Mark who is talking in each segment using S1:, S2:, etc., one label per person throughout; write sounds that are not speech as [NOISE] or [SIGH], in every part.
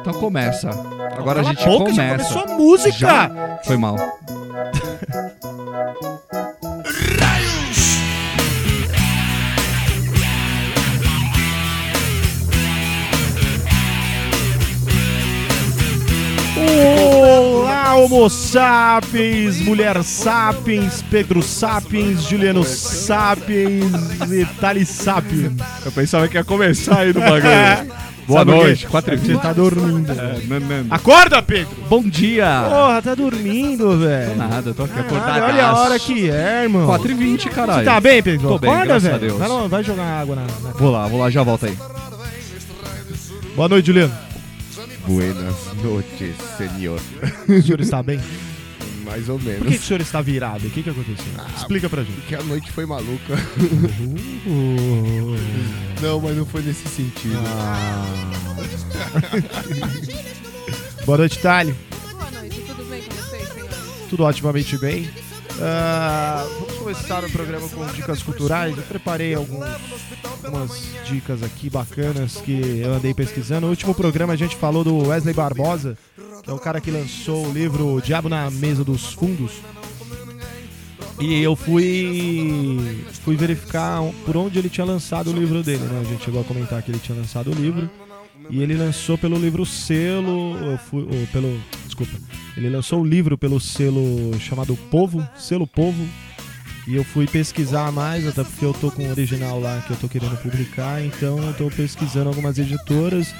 S1: Então começa. Agora a
S2: Cala
S1: gente
S2: boca, já
S1: começa.
S2: começou a música!
S1: Já- Foi mal.
S2: Olá, Homo sapiens, Mulher sapiens, Pedro sapiens, Juliano sapiens e Thales sapiens.
S3: Eu pensava que ia começar aí no
S2: [LAUGHS]
S3: bagulho. Boa
S2: Sabe por
S3: noite,
S2: quê?
S3: quatro e
S2: Você tá dormindo.
S3: É, não, não, não.
S2: Acorda, Pedro!
S1: Bom dia!
S2: Porra, tá dormindo, velho.
S1: Nada, tô aqui acordado.
S2: Caralho, Olha a hora que é, irmão.
S1: 4h20, caralho.
S2: Tá bem, Pedro?
S1: Tô bem,
S2: Acorda,
S1: graças a
S2: velho.
S1: Deus.
S2: Vai, lá, vai jogar água na. na-
S1: Vou lá, vou lá, já volto aí.
S2: Boa noite, Juliano.
S4: Buenas noches, senhor.
S2: O senhor está bem?
S4: Mais ou
S2: Por que, que
S4: menos.
S2: o senhor está virado? O que, que aconteceu? Explica pra gente.
S4: Porque a noite foi maluca. [LAUGHS] Não, mas não foi nesse sentido.
S2: Boa noite, Thales.
S5: Boa noite, tudo bem com vocês, senhores?
S2: Tudo otimamente bem. Ah, vamos começar o programa com dicas culturais. Eu preparei alguns- algumas dicas aqui bacanas que eu andei pesquisando. No último programa a gente falou do Wesley Barbosa, que é o cara que lançou o livro O Diabo na Mesa dos Fundos. E eu fui fui verificar on- por onde ele tinha lançado o livro dele, né? A gente chegou a comentar que ele tinha lançado o livro. E ele lançou pelo livro selo. eu fui- ou pelo. Desculpa. Ele lançou o livro pelo selo chamado Povo, Selo Povo. E eu fui pesquisar mais, até porque eu tô com o original lá que eu tô querendo publicar, então eu tô pesquisando algumas editoras.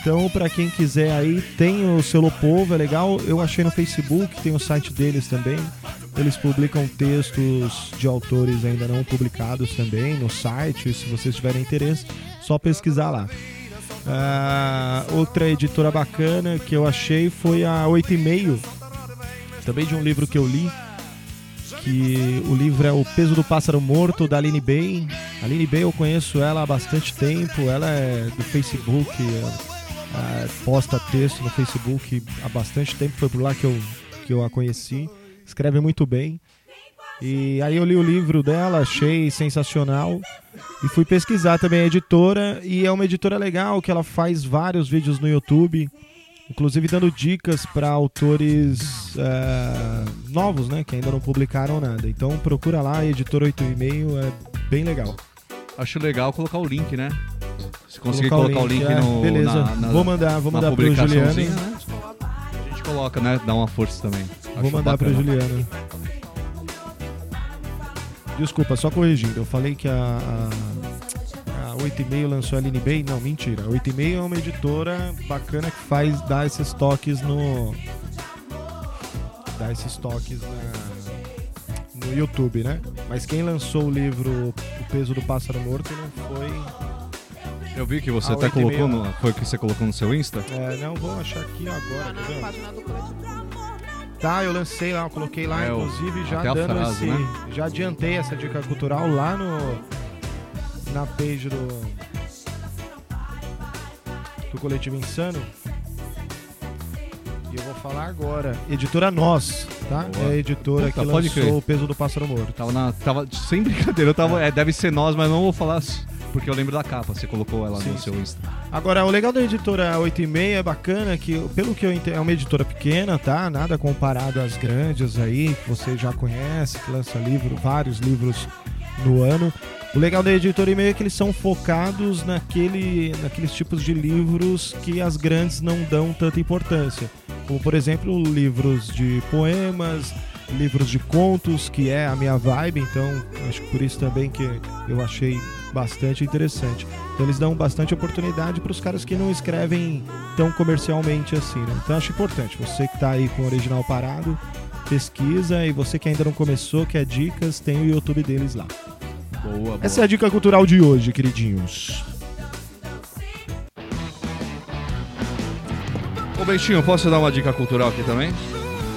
S2: Então, pra quem quiser aí, tem o Selo Povo, é legal. Eu achei no Facebook, tem o site deles também. Eles publicam textos de autores ainda não publicados também no site, se vocês tiverem interesse, só pesquisar lá. Ah, outra editora bacana que eu achei foi a 8 e meio, também de um livro que eu li, que o livro é O Peso do Pássaro Morto, da Aline Bay. A Aline Bay eu conheço ela há bastante tempo, ela é do Facebook, é, ah, posta texto no Facebook há bastante tempo, foi por lá que eu, que eu a conheci, escreve muito bem. E aí eu li o livro dela, achei sensacional. E fui pesquisar também a editora, e é uma editora legal que ela faz vários vídeos no YouTube, inclusive dando dicas para autores eh, novos, né, que ainda não publicaram nada. Então procura lá, editora 8 e meio, é bem legal.
S1: Acho legal colocar o link, né? Se conseguir
S2: Vou
S1: colocar, o link,
S2: é,
S1: no,
S2: beleza.
S1: na, na,
S2: vou mandar, vou
S1: na
S2: mandar pro Juliano.
S1: publicaçãozinha, né? A gente coloca, né? Dá uma força também.
S2: Vou mandar pro Juliano. Desculpa, só corrigindo. Eu falei que a, a, a 8,5 lançou a Aline Bay. Não, mentira. A 8,5 é uma editora bacana que faz, dá esses toques no. dá esses toques na- no YouTube, né? Mas quem lançou o livro O Peso do Pássaro Morto não foi.
S1: Eu vi que você
S2: Ah,
S1: até
S2: oito e meia,
S1: colocou no. Foi o que você colocou no seu Insta?
S2: É, não, vou achar aqui
S5: Tá
S2: agora. Tá,
S5: na
S2: vendo?
S5: página do coletivo.
S2: Tá, eu lancei lá, eu coloquei lá,
S1: É, o-
S2: inclusive já
S1: até a
S2: dando
S1: frase,
S2: esse.
S1: né?
S2: Já adiantei essa dica cultural lá no. Na page do. Do Coletivo Insano. E eu vou falar agora. Editora Nós, tá?
S1: Boa.
S2: É a editora
S1: Puta,
S2: que
S1: pode crer.
S2: lançou O Peso do Pássaro Morto.
S1: Tava na. Tava. Sem brincadeira, eu tava. é, deve ser nós, mas não vou falar. s- Porque eu lembro da capa, você colocou ela
S2: Sim,
S1: no seu Insta.
S2: Agora, o legal da editora 8,5 é bacana que, pelo que eu entendo, é uma editora pequena, tá? Nada comparado às grandes aí, que você já conhece, que lança livro, vários livros no ano. O legal da editora 8,5 é que eles são focados naquele, naqueles tipos de livros que as grandes não dão tanta importância. Como, por exemplo, livros de poemas, livros de contos, que é a minha vibe, então acho que por isso também que eu achei bastante interessante. Então eles dão bastante oportunidade para os caras que não escrevem tão comercialmente assim, né? Então acho importante, você que tá aí com o original parado, pesquisa e você que ainda não começou, quer dicas, tem o YouTube deles lá.
S1: Boa, boa.
S2: Essa é a dica cultural de hoje, queridinhos.
S1: Ô Bentinho, posso dar uma dica cultural aqui também?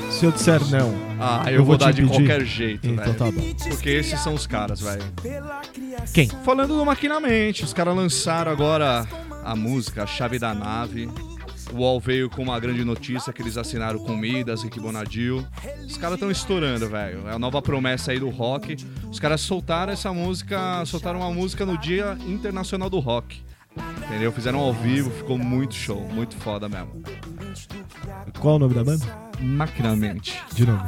S2: Se eu disser não,
S1: Ah, eu,
S2: Eu
S1: vou,
S2: vou
S1: dar
S2: te
S1: de
S2: pedir.
S1: qualquer jeito,
S2: então
S1: velho.
S2: tá bom.
S1: Porque esses são os caras, velho.
S2: Quem?
S1: Falando do Maquinamente, os caras lançaram agora a música A Chave da Nave. O UOL veio com uma grande notícia que eles assinaram com o Midas, Rick Bonadil. Os caras estão estourando, velho. É a nova promessa aí do rock. Os caras soltaram essa música, soltaram uma música no Dia Internacional do Rock. Entendeu? Fizeram ao vivo, ficou muito show, muito foda mesmo.
S2: Qual o nome da banda?
S1: Maquinamente.
S2: De novo.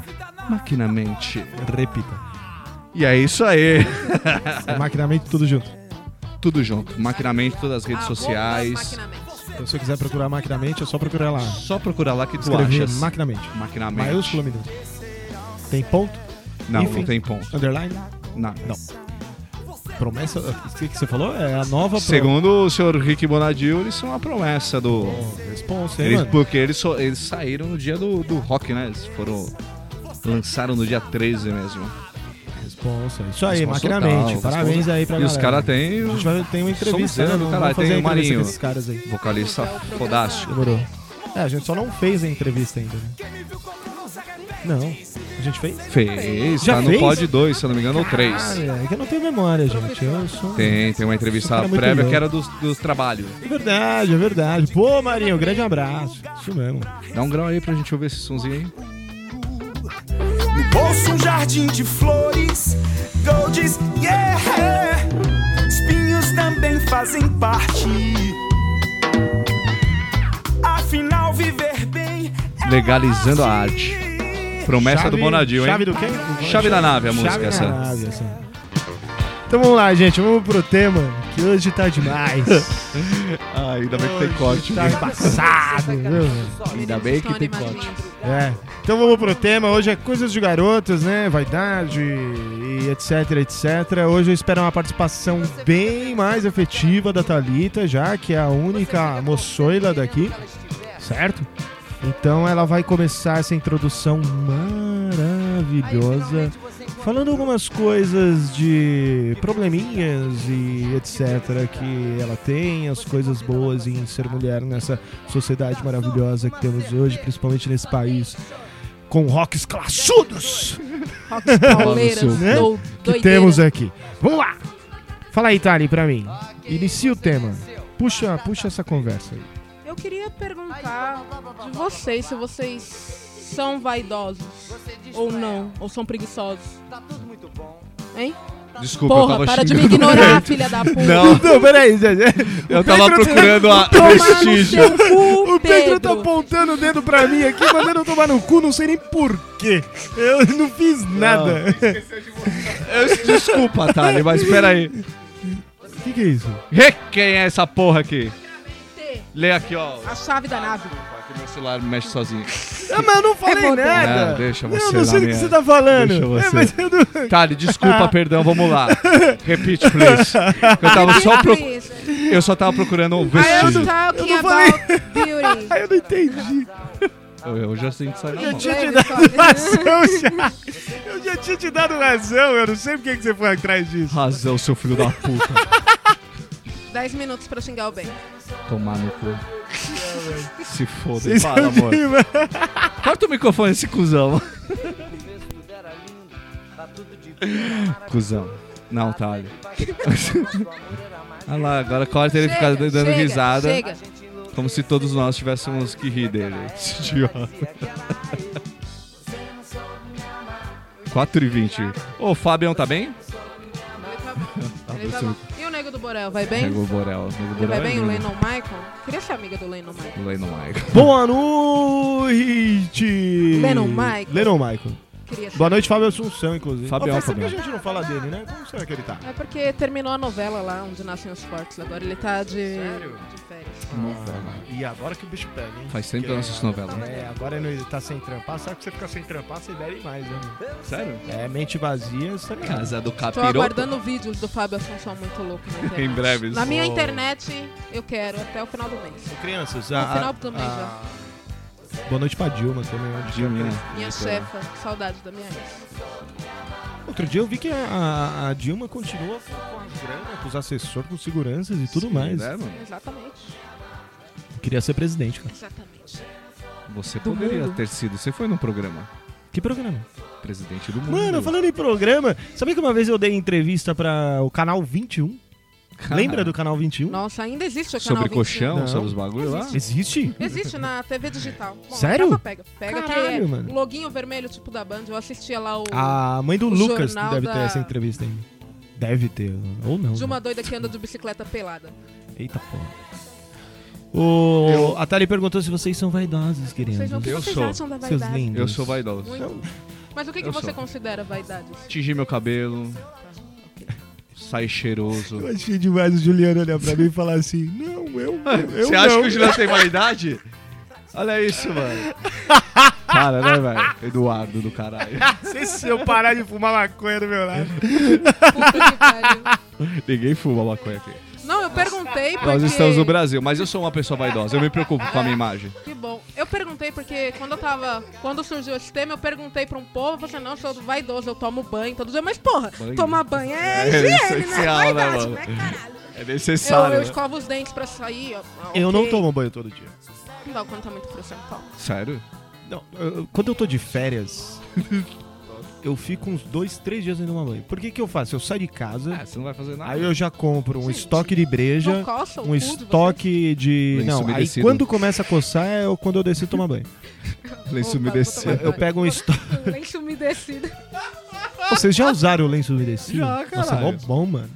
S1: Maquinamente. [LAUGHS]
S2: Repita. É
S1: E é isso aí.
S2: Maquinamento tudo junto.
S1: Tudo junto. Maquinamente, todas as redes
S5: Arroba
S1: sociais.
S5: Maquinamente.
S2: Então, se eu quiser procurar maquinamente, é só procurar lá.
S1: Só procurar lá que tu
S2: Escrever
S1: achas.
S2: maquinamente.
S1: Maquinamente.
S2: Maiúsculo, menino. Tem ponto?
S1: Não,
S2: Enfim.
S1: não tem ponto.
S2: Underline?
S1: Não.
S2: Não. Promessa? O que, que você falou? É a nova pro-
S1: Segundo o senhor Rick Bonadil, eles são a promessa do.
S2: Pô, Responsa, hein,
S1: Eles,
S2: mano?
S1: porque eles, só- eles saíram no dia do, do rock, né? Eles foram. Lançaram no dia 13 mesmo.
S2: Responsa. Isso aí,
S1: Responsa
S2: maquinamente.
S1: total.
S2: Parabéns aí pra
S1: e os
S2: galera.
S1: caras têm
S2: A gente vai ter uma entrevista,
S1: Somos
S2: né?
S1: zero,
S2: Vamos
S1: caralho.
S2: fazer
S1: Tem
S2: a
S1: o
S2: entrevista
S1: Marinho.
S2: com esses caras aí.
S1: vocalista fodástico.
S2: Demorou. É, a gente só não fez a entrevista ainda, né? Não. A gente fez?
S1: Fez,
S2: Já
S1: tá
S2: fez?
S1: no pod 2, se eu não me engano, ou 3.
S2: Ah, é que eu não tenho memória, gente. Eu sou...
S1: Tem, tem uma entrevista
S2: Esse cara é muito
S1: prévia
S2: louco.
S1: que era do, do trabalho.
S2: É verdade, é verdade. Pô, Marinho, grande abraço. Isso mesmo.
S1: Dá um grau aí pra gente ouvir esse sonzinho aí.
S6: No bolso um jardim de flores, goldes, yeah! Espinhos também fazem parte. Afinal, viver bem. é
S1: Legalizando a arte. Promessa
S2: Chave-
S1: do Bonadil, hein?
S2: Chave do quê?
S1: Chave da nave, a música,
S2: Chave
S1: essa.
S2: da nave, essa. Então vamos lá, gente. Vamos pro tema, que hoje tá demais.
S1: [LAUGHS] Ah, ainda bem
S2: Hoje
S1: né?
S2: Tá embaçado, viu? mano?
S1: Ainda bem que tem corte.
S2: É. Então vamos pro tema. Hoje é coisas de garotas, né? Vaidade e etc, etc. Hoje eu espero uma participação bem mais efetiva da Thalita, já que é a única moçoila daqui, certo? Então ela vai começar essa introdução maravilhosa, falando algumas coisas de probleminhas e etc que ela tem, as coisas boas em ser mulher nessa sociedade maravilhosa que temos hoje, principalmente nesse país com rocks classudos
S5: Rocks Pauleiras,
S2: Né?
S5: dou
S2: que
S5: doideira.
S2: temos aqui. Vamos lá! Fala aí, Thali, pra mim. Inicia o tema. Puxa, puxa essa conversa aí.
S5: Eu queria perguntar de vocês se vocês são vaidosos ou não, ou são preguiçosos. Tá tudo muito bom. Hein?
S1: Desculpa, eu
S5: Porra,
S1: tava
S5: para de
S1: xingando.
S5: me ignorar, filha da puta.
S1: Não,
S2: Não, peraí,
S1: eu tava procurando a
S5: Tomar no
S1: vestígio.
S5: seu
S2: [LAUGHS]
S5: cu,
S2: O Pedro tá
S5: Pedro.
S2: apontando o dedo pra mim aqui, mandando eu tomar no cu, não sei nem porquê. Eu não fiz nada.
S1: [LAUGHS] Eu- Desculpa, Thali, mas peraí.
S2: O que, que é isso?
S1: Rê, Quem é essa porra aqui? Lê aqui, ó.
S5: A chave da nave.
S1: Aqui meu celular mexe sozinho.
S2: Ah, mas eu não
S6: É
S2: falei
S5: bom,
S2: nada.
S1: Não, deixa
S2: Eu
S1: você
S2: não
S1: na
S2: sei do que
S1: minha.
S2: você tá falando.
S1: Deixa
S2: É,
S1: você.
S2: mas eu não...
S1: Thali, desculpa, perdão, vamos lá. Repeat, please. Eu tava só pro...
S5: Please.
S1: Eu só tava procurando um
S5: I am
S1: vestígio.
S5: talking
S2: eu não falei.
S5: about beauty.
S2: Ah, eu não entendi.
S1: Eu, eu já sei que sai na
S2: Eu
S1: mão.
S2: tinha te dado [LAUGHS] razão já. Eu já tinha te dado razão. Eu não sei por que que você foi atrás disso.
S1: Razão, seu filho da puta.
S5: 10 minutos pra xingar o bem.
S1: Tomar no cu. Se foda,
S2: Vocês
S1: fala,
S2: são
S1: amor.
S2: demais.
S1: Corta o microfone esse cuzão. cuzão. Não, Thali. Olha lá, agora corta ele ficar dando
S5: chega,
S1: risada.
S5: Chega.
S1: Como se todos nós tivéssemos que rir dele. Esse idiota. 4 e 20. Ô, Fabião, tá bem?
S5: Ele tá bom. Ele tá bom. E o Nego do Borel, vai bem?
S1: Pegou o Borel. Pegou o
S5: Ele vai
S1: Borel.
S5: bem, o Lennon Michael? Queria ser amiga do Lennon Michael.
S1: Lennon Michael.
S2: Boa noite.
S5: Lennon Michael.
S2: Lennon Michael.
S5: Queria ser.
S2: Boa noite, Fábio Assunção, inclusive.
S1: Fabião,
S2: Ó, faz tempo que
S1: Fabião.
S2: a gente não fala dele, né? Como será que ele tá?
S5: É porque terminou a novela lá, onde nascem os fortes. Agora ele tá de, de férias.
S2: E agora que o bicho pega, hein?
S1: Faz tempo que eu não assisto novela.
S2: É, agora ele tá sem trampar. Sabe que você fica sem trampar, você bebe mais, né? meu?
S1: Sério?
S2: É, mente vazia, é sacanagem.
S1: Casa do
S5: Tô
S1: Capiroto.
S5: aguardando vídeos do Fábio Assunção muito louco na internet.
S1: Em breve.
S5: Na minha
S2: Só-
S5: internet, eu quero até o final do mês.
S2: Crianças,
S5: No final do mês já.
S2: Boa noite pra Dilma também. né? onde
S1: Dilminha.
S5: Minha
S1: é.
S5: chefa, saudade da minha ex.
S2: Outro dia eu vi que a, a- a Dilma continua com a grana, com os assessores, com seguranças e tudo mais.
S1: É, mano.
S5: Exatamente.
S2: Queria ser presidente, cara.
S5: Exatamente.
S1: Você
S5: É, Do
S1: poderia
S5: mundo.
S1: ter sido. Você foi num programa.
S2: Que programa?
S1: Presidente do mundo.
S2: Mano, falando em programa, sabia que uma vez eu dei entrevista pra o Canal 21?
S1: Cara,
S2: Lembra do Canal 21?
S5: Nossa, ainda existe o canal
S1: Sobre
S5: 21.
S1: colchão,
S2: Não.
S1: sobre os bagulhos lá?
S2: Existe?
S5: Existe na TV digital. Bom,
S2: Sério?
S5: acaba, Pega, pega que
S2: Caralho,
S5: é
S2: mano. Ah,
S5: loguinho vermelho tipo da Band. Eu assistia lá o
S2: A mãe do
S5: O
S2: Lucas
S5: jornal
S2: deve ter
S5: da-
S2: essa entrevista ainda. Deve ter, ou não.
S5: de
S2: né?
S5: uma doida que anda de bicicleta pelada.
S2: Eita porra.
S7: O... A Thalie perguntou se vocês são vaidosos,
S5: Vocês, não,
S7: queridos.
S1: Eu
S5: vocês
S1: sou.
S5: acham da
S7: Seus
S5: vaidade?
S7: lindos.
S1: Eu sou vaidoso.
S5: Muito. Mas o que, que
S1: Eu
S5: você
S1: sou.
S2: [LAUGHS]
S5: considera vaidade?
S1: Tingir meu
S5: [LAUGHS]
S1: cabelo. Sair cheiroso.
S2: Eu achei demais o Juliano olhar pra mim e falar assim: Não, eu. eu, [LAUGHS] eu
S1: Você acha
S2: não.
S1: que o Juliano tem vaidade? Olha isso, mano.
S2: [LAUGHS]
S1: Para, né, velho? Eduardo do
S5: [LAUGHS]
S1: caralho.
S2: Se eu parar de fumar maconha do meu lado.
S5: Puta que pariu.
S1: Ninguém fuma maconha aqui.
S5: Não, eu perguntei porque...
S1: Nós estamos no Brasil, mas eu sou uma pessoa vaidosa. Eu me preocupo com a minha imagem.
S5: Que bom. Eu perguntei porque quando eu tava. Quando surgiu esse tema, eu perguntei pra um povo, você não, eu sou vaidoso, eu tomo banho todos os dias. Mas, porra,
S1: Banho?
S5: tomar banho é,
S1: É
S5: higiene, né?
S1: essencial, né,
S5: Vaidade,
S1: mano?
S5: né, caralho?
S1: É
S5: Eu,
S1: necessário.
S5: eu
S1: né?
S5: escovo os dentes pra sair. ó, ó,
S2: Eu não
S5: ok.
S2: tomo banho todo dia.
S5: Não, quando tá muito frio, você não toma.
S1: Sério?
S2: Não, eu- quando eu tô de férias, [LAUGHS] eu fico uns dois, três dias sem tomar banho. Por que que eu faço? Eu saio de casa,
S1: Ah, você não vai fazer nada.
S2: aí eu já compro um
S5: Gente,
S2: estoque de breja,
S5: Não coça o
S2: um
S5: cu de
S2: estoque de...
S1: Lenço
S2: Não, aí
S1: umedecido.
S2: quando começa a coçar é eu- quando eu desci tomar banho.
S1: Lenço
S5: Opa,
S1: umedecido.
S5: vou
S2: Eu pego um estoque...
S5: vocês. Lenço umedecido.
S2: Vocês já usaram o lenço umedecido?
S1: Já,
S2: Nossa, é mó
S1: caralho.
S2: bom, mano.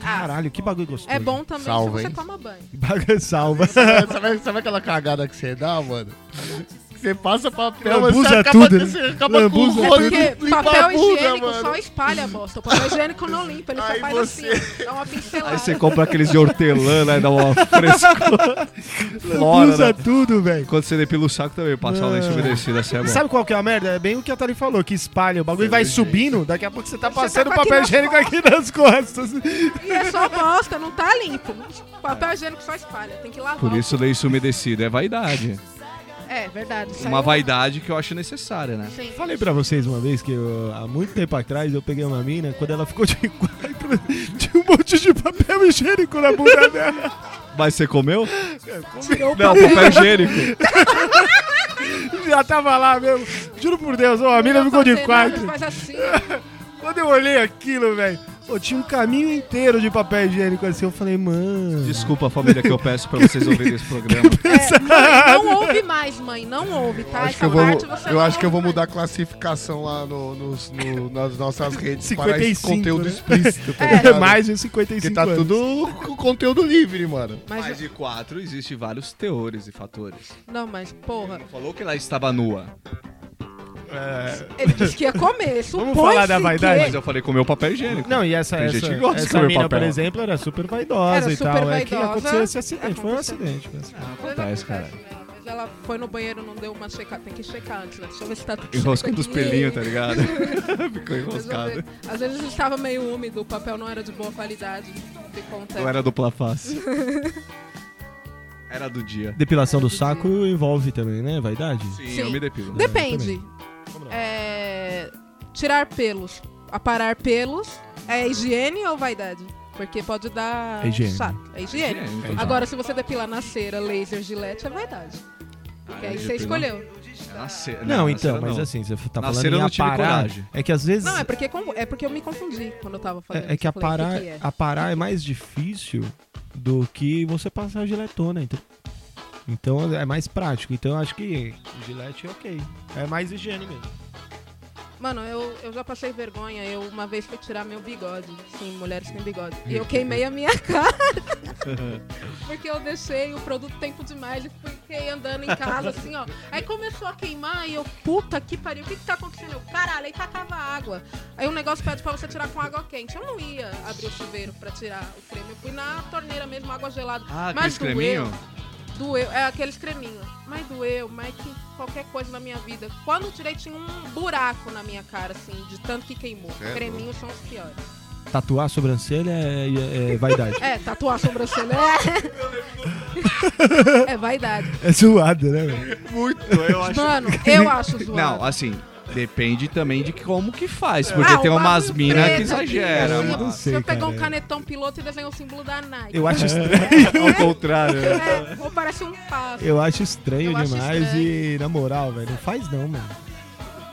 S2: Caralho, que bagulho gostoso.
S5: É bom também
S4: Salva,
S5: se você
S4: hein?
S5: toma banho.
S2: Que bagulho é salva.
S4: sabe, sabe aquela cagada que você dá, mano? Que Você passa papel, mas
S2: Lambuza
S4: você acaba,
S2: tudo, né?
S4: você acaba
S2: Lambuza
S4: com o
S5: É
S4: rolo de
S5: porque
S4: limpar a
S5: papel
S4: bunda,
S5: higiênico
S4: mano.
S5: só espalha a bosta. O papel higiênico não limpa, ele só
S4: Aí
S5: faz
S4: você-
S5: assim. Dá uma pincelada.
S1: Aí você compra aqueles de hortelã, né? Dá uma [LAUGHS] frescura. Fora,
S2: Usa
S1: né?
S2: tudo, velho.
S1: Quando você depila o saco também, passar o lenço umedecido, assim é
S2: E
S1: bom.
S2: Sabe qual que é a merda? É bem o que a Tari falou, que espalha, o bagulho vai subindo, daqui a pouco você tá
S5: Você tá
S2: passando
S5: com
S2: papel
S5: aquilo
S2: higiênico aqui nas costas.
S5: E é só bosta, não tá limpo. Papel higiênico só espalha, tem que lavar.
S1: Por isso, lenço umedecido é vaidade.
S5: É, verdade.
S1: Uma
S5: saiu-
S1: vaidade que eu acho necessária, né?
S5: Sim.
S2: Falei pra vocês uma vez que eu, há muito tempo atrás eu peguei uma mina, quando ela ficou de [LAUGHS] quatro, tinha um monte de papel higiênico na bunda dela.
S1: Mas você comeu?
S5: Tirou o
S1: Não, papel higiênico.
S2: Já tava lá mesmo. Juro por Deus, ó, a mina
S5: Não
S2: ficou de
S5: fazer nada,
S2: quatro.
S5: Faz assim.
S2: Quando eu olhei aquilo, velho, pô, tinha um caminho inteiro de papel higiênico assim, eu falei, mano.
S1: Desculpa, família, que eu peço pra vocês ouvirem esse programa.
S5: É, mãe, não ouve mais, mãe. Não ouve, tá?
S4: Acho que
S5: Essa
S4: eu vou,
S5: parte você
S4: eu
S5: não
S4: acho que eu
S5: ouve
S4: vou
S5: mais.
S4: mudar a classificação lá no- nos- no- nas nossas redes para
S2: 55,
S4: esse conteúdo
S2: né?
S4: explícito, tá
S2: [LAUGHS] É
S4: ligado?
S2: mais de 55
S4: Porque tá
S2: anos.
S4: tudo com conteúdo livre, mano.
S5: Mas,
S1: [LAUGHS] Mais de quatro, existe vários teores e fatores.
S5: não, mas porra,
S1: Falou que ela estava nua.
S5: ele disse que ia comer.
S2: Vamos
S5: Supõe
S2: falar da vaidade?
S1: Mas eu falei comeu papel higiênico.
S2: Não, e essa,
S1: Tem
S2: essa,
S1: gente que gosta de
S2: essa
S1: comer
S2: mina,
S1: papel.
S2: por exemplo, era super vaidosa
S5: Era
S2: e
S5: super
S2: tal. É que
S5: vaidosa.
S2: aconteceu esse acidente. Foi um
S5: Aconteceu.
S2: acidente. foi um acidente.
S1: Acontece, cara.
S5: Mas ela foi no banheiro, não deu uma checada. Tem que checar antes, né? Deixa eu ver se tá tudo
S1: Enroscando os
S5: certinho.
S1: pelinhos, tá [LAUGHS] ligado? Ficou
S5: Deixa eu
S1: enroscado.
S5: ver. Às vezes estava meio úmido, o papel não era de boa qualidade. Se conta.
S1: Não era dupla face. Era do dia.
S2: Depilação do saco envolve também, né? Vaidade?
S1: Sim,
S5: Sim.
S1: eu me depilo.
S5: Depende. É, tirar pelos, aparar pelos, é higiene ou vaidade? Porque pode dar
S2: É higiene.
S5: chato. É higiene.
S1: É, então.
S5: Agora, se você depilar na cera, laser, gilete, é vaidade. Porque aí
S1: eu
S5: você
S1: depilo.
S5: escolheu.
S1: É Na cera-
S2: Não,
S1: na
S2: então,
S1: cera
S2: mas
S1: não.
S2: assim, você tá
S1: Na
S2: falando
S1: cera
S2: em
S1: eu não tive
S2: aparar.
S1: coragem.
S2: É que às vezes.
S5: Não, é porque, com- é porque eu me confundi quando eu tava fazendo.
S2: é, é que
S5: Eu falei, o
S2: aparar,
S5: que que é?
S2: aparar é mais difícil do que você passar a giletona. Então, então é mais prático. Então eu acho que gilete é ok. É mais higiene mesmo.
S5: Mano, eu, eu já passei vergonha. Eu uma vez fui tirar meu bigode. Sim, mulheres têm bigode. E eu queimei a
S1: [LAUGHS]
S5: minha [LAUGHS] cara. Porque eu deixei o produto tempo demais e fiquei andando em casa, assim, ó. Aí começou a queimar e eu, puta que pariu, o que que tá acontecendo? Eu, caralho, aí tacava água. Aí um negócio pede pra você tirar com água quente. Eu não ia abrir o chuveiro pra tirar o creme. Eu fui na torneira mesmo, água gelada.
S1: Ah,
S5: Mas
S1: aqueles creminho?
S5: doeu. Doeu, é aqueles creminhos. Mas doeu, mais que qualquer coisa na minha vida. Quando eu tirei, tinha um buraco na minha cara, assim, de tanto que queimou.
S4: é
S5: Creminhos são os piores.
S2: Tatuar a sobrancelha é, é- é vaidade.
S5: É, tatuar a sobrancelha é. [LAUGHS] é vaidade.
S2: [LAUGHS] é zoado, né, velho?
S1: Eu acho...
S5: Mano, eu acho zoado.
S1: Não, assim, depende também de como que faz.
S5: Ah,
S1: Porque
S5: o
S1: tem umas
S5: bagulho
S1: minas
S5: preto
S1: que
S5: aqui,
S1: exagera.
S5: assim,
S2: eu
S5: ó.
S2: não
S1: mano.
S2: sei,
S5: Se eu pegar
S2: cara.
S5: um canetão piloto e desenhar o símbolo da Nike.
S2: Eu acho estranho. [LAUGHS]
S1: Ao contrário. né?
S5: É, ou parece um pássaro.
S2: Eu acho estranho
S5: Eu acho
S2: demais
S5: estranho.
S2: e, na moral, velho, não faz não, mano.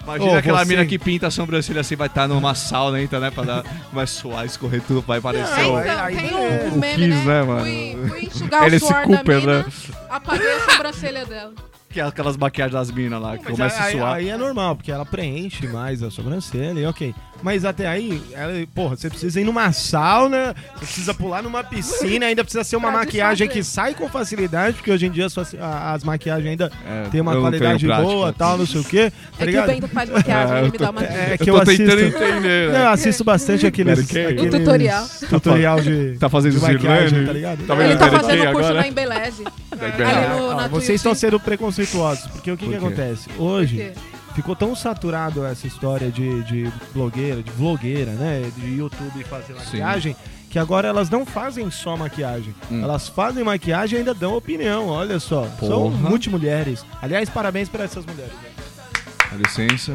S1: Imagina
S2: Ô,
S1: aquela
S2: você-
S1: mina que pinta a sobrancelha assim, vai estar numa sauna, então, né? Pra dar, vai suar, escorrer tudo, vai parecer.
S5: É,
S1: um-
S5: então, tem um,
S1: O
S5: meme,
S1: Kiss,
S5: né?
S1: né, mano?
S5: Fui, fui enxugar o
S1: Alice
S5: suor
S1: Cooper,
S5: da mina,
S1: né?
S5: apaguei a sobrancelha dela.
S1: Que é aquelas maquiagens das minas lá, que
S2: Mas
S1: começa a
S2: aí,
S1: suar.
S2: aí é normal, porque ela preenche mais a sobrancelha e ok. Mas até aí, ela, porra, você precisa ir numa sauna, você precisa pular numa piscina, ainda precisa ser uma
S5: Pra
S2: maquiagem
S5: desfazer.
S2: que sai com facilidade, porque hoje em dia as, faci- a- as maquiagens ainda
S1: É,
S2: têm uma
S1: eu não tenho
S2: qualidade
S1: prática.
S2: boa tal, não sei o quê. Tá
S5: É que o
S2: ligado?
S5: Bento faz maquiagem, ele me dá
S1: [LAUGHS]
S5: uma
S2: É
S5: dica.
S2: que
S1: Ah, eu
S2: eu,
S1: tô
S2: assisto, É,
S1: tentando entender, né?
S2: eu assisto
S5: [LAUGHS]
S2: bastante aqueles,
S1: Mary Kay?
S2: aqueles
S5: Um tutorial.
S2: tutorial de,
S1: Tá fazendo
S2: de maquiagem,
S1: Zirlane?
S2: tá ligado?
S1: Tá
S5: Ele
S1: vendo
S5: tá
S1: Mary
S5: fazendo
S1: Kay
S5: curso
S1: agora? Tá
S5: na Embeleze.
S1: Bem,
S5: Ali no,
S2: Ah,
S5: na
S2: vocês estão
S5: Twitch.
S2: sendo preconceituosos, porque o que,
S1: Por
S2: que
S1: quê?
S2: acontece?
S5: Por
S2: Hoje
S5: quê?
S2: ficou tão saturado essa história de, de blogueira, de vlogueira, né? De YouTube fazer maquiagem, que agora elas não fazem só maquiagem.
S1: Hum.
S2: Elas fazem maquiagem e ainda dão opinião, olha só. São
S1: Porra.
S2: multimulheres. Aliás, parabéns pra essas mulheres. né?
S1: Dá licença.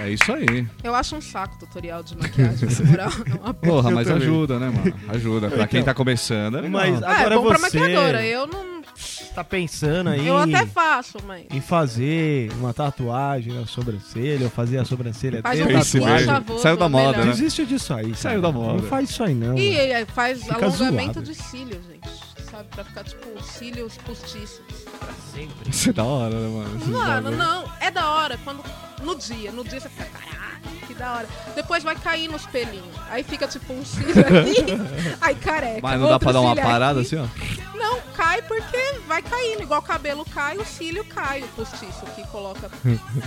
S1: É isso aí.
S5: Eu acho um saco tutorial de maquiagem, na
S1: [LAUGHS]
S5: moral. É uma boa.
S1: Porra, mas ajuda, né, mano? Ajuda. Pra quem tá começando, é legal.
S2: Então, Mas
S5: Ah, é
S2: agora
S5: bom pra maquiadora.
S2: você
S5: Eu não.
S2: tá pensando aí
S5: Eu até faço, mas.
S2: em fazer uma tatuagem na sobrancelha, ou fazer a sobrancelha
S5: Faz
S2: ter
S5: um
S1: Pense
S5: tatu,
S1: mesmo.
S5: por favor.
S1: Saiu da moda,
S5: melhor.
S1: né?
S2: Desiste disso aí. cara.
S1: Saiu da moda.
S2: Não faz isso aí, não.
S5: E ele faz
S2: Fica
S5: alongamento
S2: zoado.
S5: de cílio, gente. Sabe? Pra ficar, tipo, cílios postiços.
S1: Isso é da hora, né, mano? Esses
S5: Mano,
S1: bagulho.
S5: não. É da hora. Quando. No dia. No dia você fica, caralho, que da hora. Depois vai cair nos pelinhos. Aí fica, tipo,
S1: [LAUGHS]
S5: um cílio aqui. aí careca.
S1: Mas não dá
S5: outro
S1: pra dar uma
S5: cílio aqui.
S1: parada assim, ó?
S5: Não, cai porque vai caindo. Igual o cabelo cai, o cílio cai, o postiço que
S1: [LAUGHS]
S5: coloca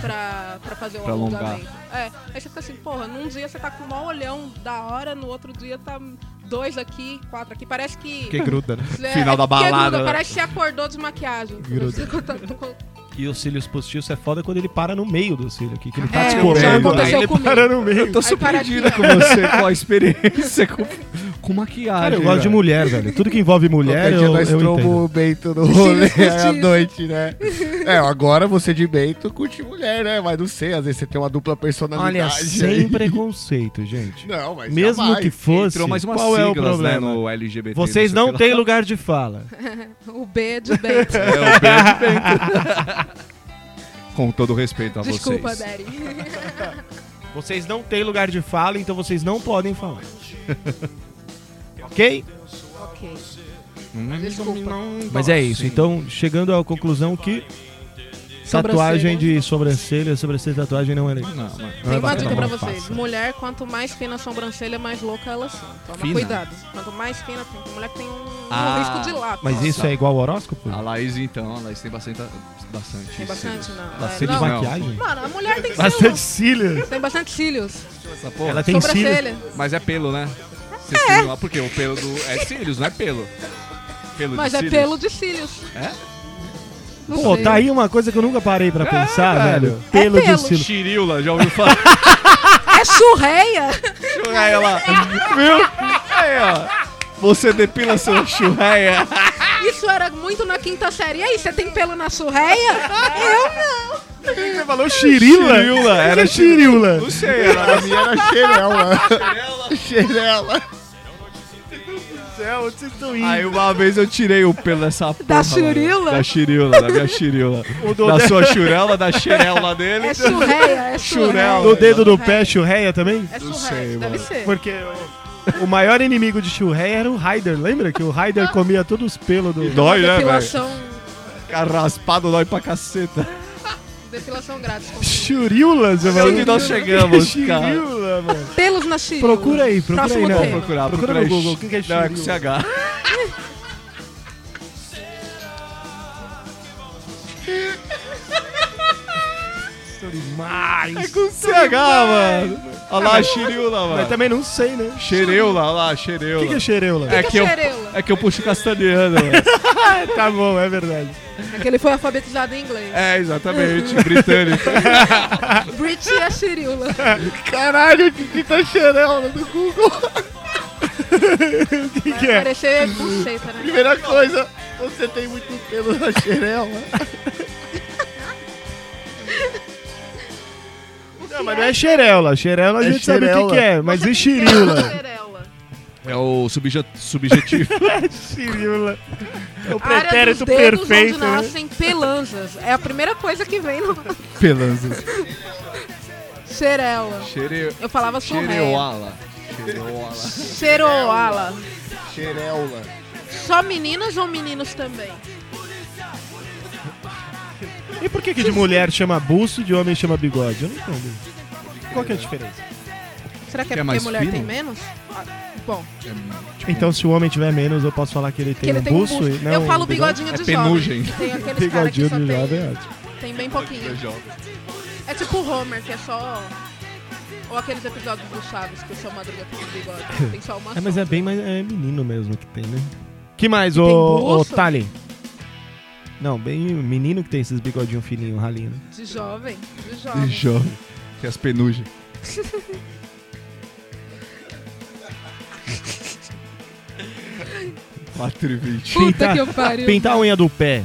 S5: pra, pra fazer o
S1: Pra alongar.
S5: alongamento. É, aí você fica assim, porra, num dia você tá com o maior olhão da hora, no outro dia tá dois aqui, quatro aqui. Parece que...
S2: Que gruda, né?
S5: né,
S1: final da
S5: é porque
S1: balada,
S5: gruda,
S1: né?
S5: Parece que você acordou de maquiagem.
S2: Gruda. E os cílios postiços é foda quando ele para no meio do cílio aqui, que ele tá
S5: É,
S2: descolando,
S1: né?
S5: já aconteceu
S2: aí ele
S5: comigo.
S2: para no meio.
S1: Eu tô
S5: Aí para aqui,
S1: surpreendida com você, com a experiência, com, com maquiagem.
S2: Cara, eu gosto de
S1: velho.
S2: mulher, velho. Tudo que envolve mulher,
S4: Qualquer dia
S2: eu,
S4: nós
S2: eu
S4: trombamos
S2: entendo.
S4: o Bento no rolê
S5: Justiça.
S4: à
S5: [LAUGHS]
S4: noite, né? É, agora você de Bento curte mulher, né? Mas não sei, às vezes você tem uma dupla personalidade.
S2: Olha,
S4: aí.
S2: sem preconceito, gente.
S4: Não, mas
S2: Mesmo
S4: jamais.
S2: que fosse,
S1: Entrou mais umas
S2: qual é o
S1: siglas, né,
S2: problema?
S1: no LGBT.
S2: Vocês
S1: sei
S2: não
S1: lá.
S2: têm lugar de fala.
S5: o B
S1: [LAUGHS]
S5: de Bento.
S1: É o Bento [LAUGHS] Bento. Com todo respeito a
S5: Desculpa,
S1: vocês.
S5: Daddy. [LAUGHS]
S2: Vocês não têm lugar de fala, então vocês não podem falar. ok?
S5: ok. Desculpa.
S2: Mas é isso. Então, chegando à conclusão que tatuagem de sobrancelha, sobrancelha de tatuagem não é legal.
S1: Não, é mano.
S5: Tem uma
S2: bacana,
S5: dica pra
S2: não é
S5: vocês.
S2: faça.
S5: Mulher, quanto mais fina a sobrancelha, mais louca elas são. Toma
S1: Fina?
S5: cuidado. Quanto mais fina, tem tem mulher que tem um, um
S1: Ah,
S5: risco de lápis.
S2: Mas isso é igual ao horóscopo?
S1: A Laís, então, a Laís tem bastante. Bastante.
S5: Tem bastante, não.
S1: Tá
S5: É,
S2: Bastante
S5: não.
S2: maquiagem?
S5: Mano, a mulher tem que ser
S2: Bastante
S5: louca.
S2: cílios.
S5: Tem bastante cílios.
S1: Essa porra.
S2: Ela tem cílios.
S5: sobrancelha.
S1: Mas é pelo, né?
S5: É.
S1: Vocês têm lá, porque o pelo do. É cílios, não é pelo. Pelo
S5: Mas
S1: de
S5: é
S1: cílios.
S5: pelo de cílios.
S1: É?
S5: Não
S2: Pô,
S5: sei.
S2: tá aí uma coisa que eu nunca parei pra pensar,
S1: velho.
S2: velho. É, Pelo de
S5: pelo.
S2: cílio.
S1: Chirila, já ouviu [LAUGHS] falar?
S5: É churreia?
S1: Churreia lá. Viu? Aí, ó. Você depila seu churreia.
S5: Isso era muito na quinta série. E aí, você tem pelo na churreia?
S1: É.
S5: Eu não.
S1: Você falou
S2: Chirila,
S1: Era
S2: era
S1: chirila.
S2: chiriula.
S1: Não sei, era
S4: Pra mim era xerela. [LAUGHS] xerela.
S1: Aí uma vez eu tirei o pelo dessa porra. mano.
S5: chirila?
S1: Da chirila, da minha
S2: [LAUGHS]
S1: chirila.
S2: do-
S1: da sua churela, da xerela dele.
S5: É churreia,
S1: Churela.
S5: é churreia.
S2: No dedo do pé, churreia também?
S5: É
S1: sei,
S5: churreia, deve
S1: mano.
S5: ser.
S2: Porque o, o maior inimigo de churreia era o Raider. Lembra que o Raider comia todos os pelos do...
S1: Dói, né, velho?
S5: Depilação,
S1: Ficar raspado dói pra caceta.
S5: depilação grátis.
S2: Churiulas,
S1: É onde nós chegamos, cara.
S2: Chiriula, mano.
S5: Pelos na Chile.
S2: Procura aí, procura
S5: Próximo
S2: aí, né?
S5: tema.
S1: Procurar,
S2: Procura
S1: procurar
S2: no Google, o que que é
S1: Não, é com
S2: chirila?
S1: CH.
S2: Demais.
S1: Com CH, mano. Olha lá, a xiriula,
S2: Mas
S1: mano.
S2: também não sei, né?
S1: Xereula, olha lá, xereula.
S2: O que, que é xereula?
S1: É
S5: que
S1: que eu,
S5: é xereula?
S1: é que eu puxo castanheira,
S2: [LAUGHS]
S1: mano.
S2: tá bom, é verdade.
S5: É que ele foi alfabetizado em inglês.
S1: É, [LAUGHS] exatamente, britânico. É.
S5: Brit e a Chiriula.
S1: [LAUGHS]
S4: Caralho, o que tá xerela do Google?
S5: Vai
S1: é.
S5: parecer bucheta, né?
S4: Primeira coisa, você tem muito pelo na xerela.
S2: Não, mas não é xerela. Xerela a
S4: É
S2: gente sabe o
S4: xerela.
S2: que que é, mas e xiriula?
S5: Chirula.
S1: É o subje-
S5: [LAUGHS]
S1: subjetivo.
S2: xiriula. É o
S5: A área
S2: pretérito
S5: dos dedos
S2: perfeito,
S5: onde
S2: né?
S5: nascem pelanzas. É a primeira coisa que vem no... [LAUGHS]
S1: Pelanzas.
S5: Xerela.
S1: Xere...
S5: Eu falava surreia.
S1: Xereuala. Xereuala.
S5: Xeroala.
S4: Xerela.
S5: Só meninas ou meninos também?
S2: E por que, que de mulher chama buço e de homem chama bigode? Eu não entendo. Qual que é a diferença?
S5: Será que é
S1: Quer
S5: porque
S1: mais
S5: mulher
S1: fino?
S5: tem menos? Ah, Bom,
S2: Então, se o homem tiver menos, eu posso falar que ele tem,
S5: que ele
S2: um,
S5: tem
S2: buço,
S5: um buço.
S2: e não
S5: Eu falo
S2: um bigode?
S5: bigodinho
S1: É
S5: de
S1: penugem.
S5: jovem. Tem aqueles caras que
S2: Bigodinho
S5: só
S2: de jovem, é
S5: tem,
S2: ótimo.
S5: tem bem pouquinho. É tipo o Homer, que é só... Ou aqueles episódios do Chaves, que o seu Madruga tem um bigode. Tem só uma
S2: É,
S5: só.
S2: mas é bem mais é menino mesmo que tem, né? Que mais, ô,
S5: tem
S2: ô
S5: buço?
S2: Tali? Não, bem menino que tem esses bigodinhos fininhos, ralinho, né?
S5: De jovem, de jovem. [LAUGHS]
S1: Jovem. Que é as penugens. Quatro e vinte.
S5: Puta que eu pariu.
S2: Pintar a unha do pé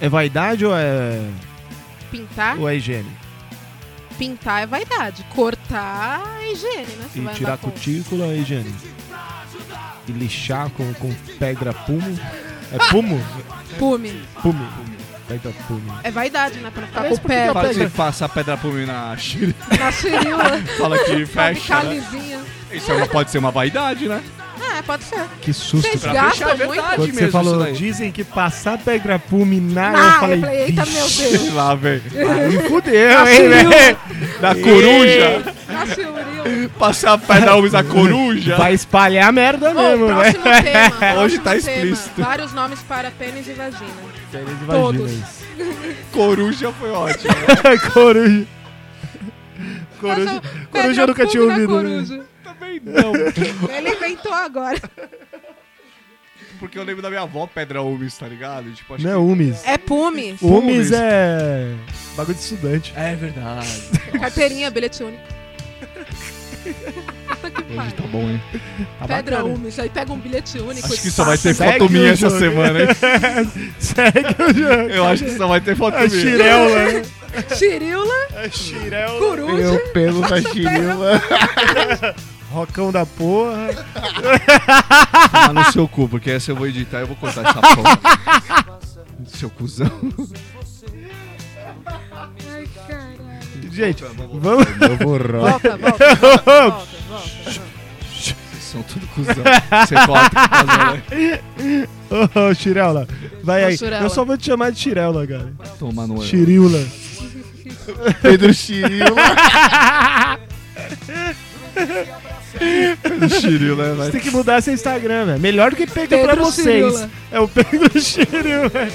S2: é vaidade ou é,
S5: Pintar?
S2: ou é higiene?
S5: Ah, Pintar é vaidade. Cortar é higiene, né? Você
S2: E
S5: vai
S2: tirar
S5: andar com-
S2: cutícula é higiene. E lixar com, com pedra pumo. É pumo?
S5: Pume.
S2: Pume. Pedra pume.
S5: É vaidade, né? Pra ficar
S2: Aliás,
S5: com o
S2: por que
S5: pé
S2: que
S1: Fala que você
S2: pedra.
S1: passa a pedra por mim na xíria.
S5: na xerila,
S1: Fala que fecha.
S5: ficar
S1: né?
S5: lisinha.
S1: Isso é uma- pode ser uma vaidade, né?
S5: É, pode ser.
S2: Que susto.
S5: Vocês
S1: fechar, é
S2: cara.
S5: gastam muito.
S1: verdade.
S2: Quando
S1: mesmo
S2: você
S1: isso
S2: falou,
S1: daí.
S2: dizem que passar pedra pume na...
S5: Ah,
S2: eu falei,
S5: eita,
S2: "Vixe,
S5: meu Deus.
S1: Lá, velho.
S2: Aí fudeu, hein, velho?
S1: Da coruja.
S5: Na xerila.
S1: Passar a pedra homens na coruja.
S2: Vai espalhar a merda
S5: Ô,
S2: mesmo, né? velho. [LAUGHS]
S5: próximo tema.
S1: Hoje
S5: próximo
S1: tá
S5: tema.
S1: explícito.
S5: Vários nomes para pênis e vagina.
S2: Pênis e
S5: Todos.
S2: vaginas.
S1: Coruja foi ótimo.
S2: [LAUGHS] coruja. Coruja,
S5: Nossa, Pedro
S2: coruja eu nunca tinha
S5: Fume na
S2: ouvido. né?
S5: Coruja.
S1: Também não.
S5: Ele inventou agora.
S1: Porque eu lembro da minha avó, Pedra Umis, tá ligado? Tipo, acho
S2: Não é umis.
S5: É pume.
S2: Umis é bagulho de estudante.
S1: É verdade.
S5: Carteirinha, bilhete único. Puta que pariu.
S1: Tá bom, hein?
S2: Tá
S5: Pedra
S2: bacana.
S5: Ume, aí pega um bilhete único.
S1: Acho
S5: e
S1: que só vai ter
S2: Segue
S1: foto minha
S2: o
S1: essa
S2: jogo.
S1: semana, hein?
S2: Segue o jogo.
S1: Eu acho que só vai ter
S2: [LAUGHS]
S1: foto
S2: A
S1: minha.
S2: xirela. né?
S5: Xirila,
S1: É
S2: A xirela.
S5: coruja.
S4: Eu pelo da chinila.
S2: Rocão da porra.
S1: Ah, no seu cu, porque essa eu vou editar e eu vou cortar essa porra. [LAUGHS] seu cuzão.
S5: Ai, caralho.
S2: Gente, vamos... [LAUGHS]
S4: Horrorosa.
S5: Volta, volta, volta, volta, volta.
S1: Vocês são tudo cuzão. Você corta
S2: [LAUGHS]
S1: cuzão, né?
S2: Ô, ô, Xirela. Vai
S5: Ô,
S2: aí.
S5: Xirela.
S2: Eu só vou te chamar de Xirela, cara.
S1: Toma no olho.
S2: Xiriula.
S4: Pedro Chirila.
S1: Xiril, né? Vai.
S2: Você tem que mudar seu Instagram, velho. Melhor do que Pedro,
S5: Pedro
S2: pra vocês.
S5: Cirula.
S2: É o Pedro [LAUGHS] Chiril, velho.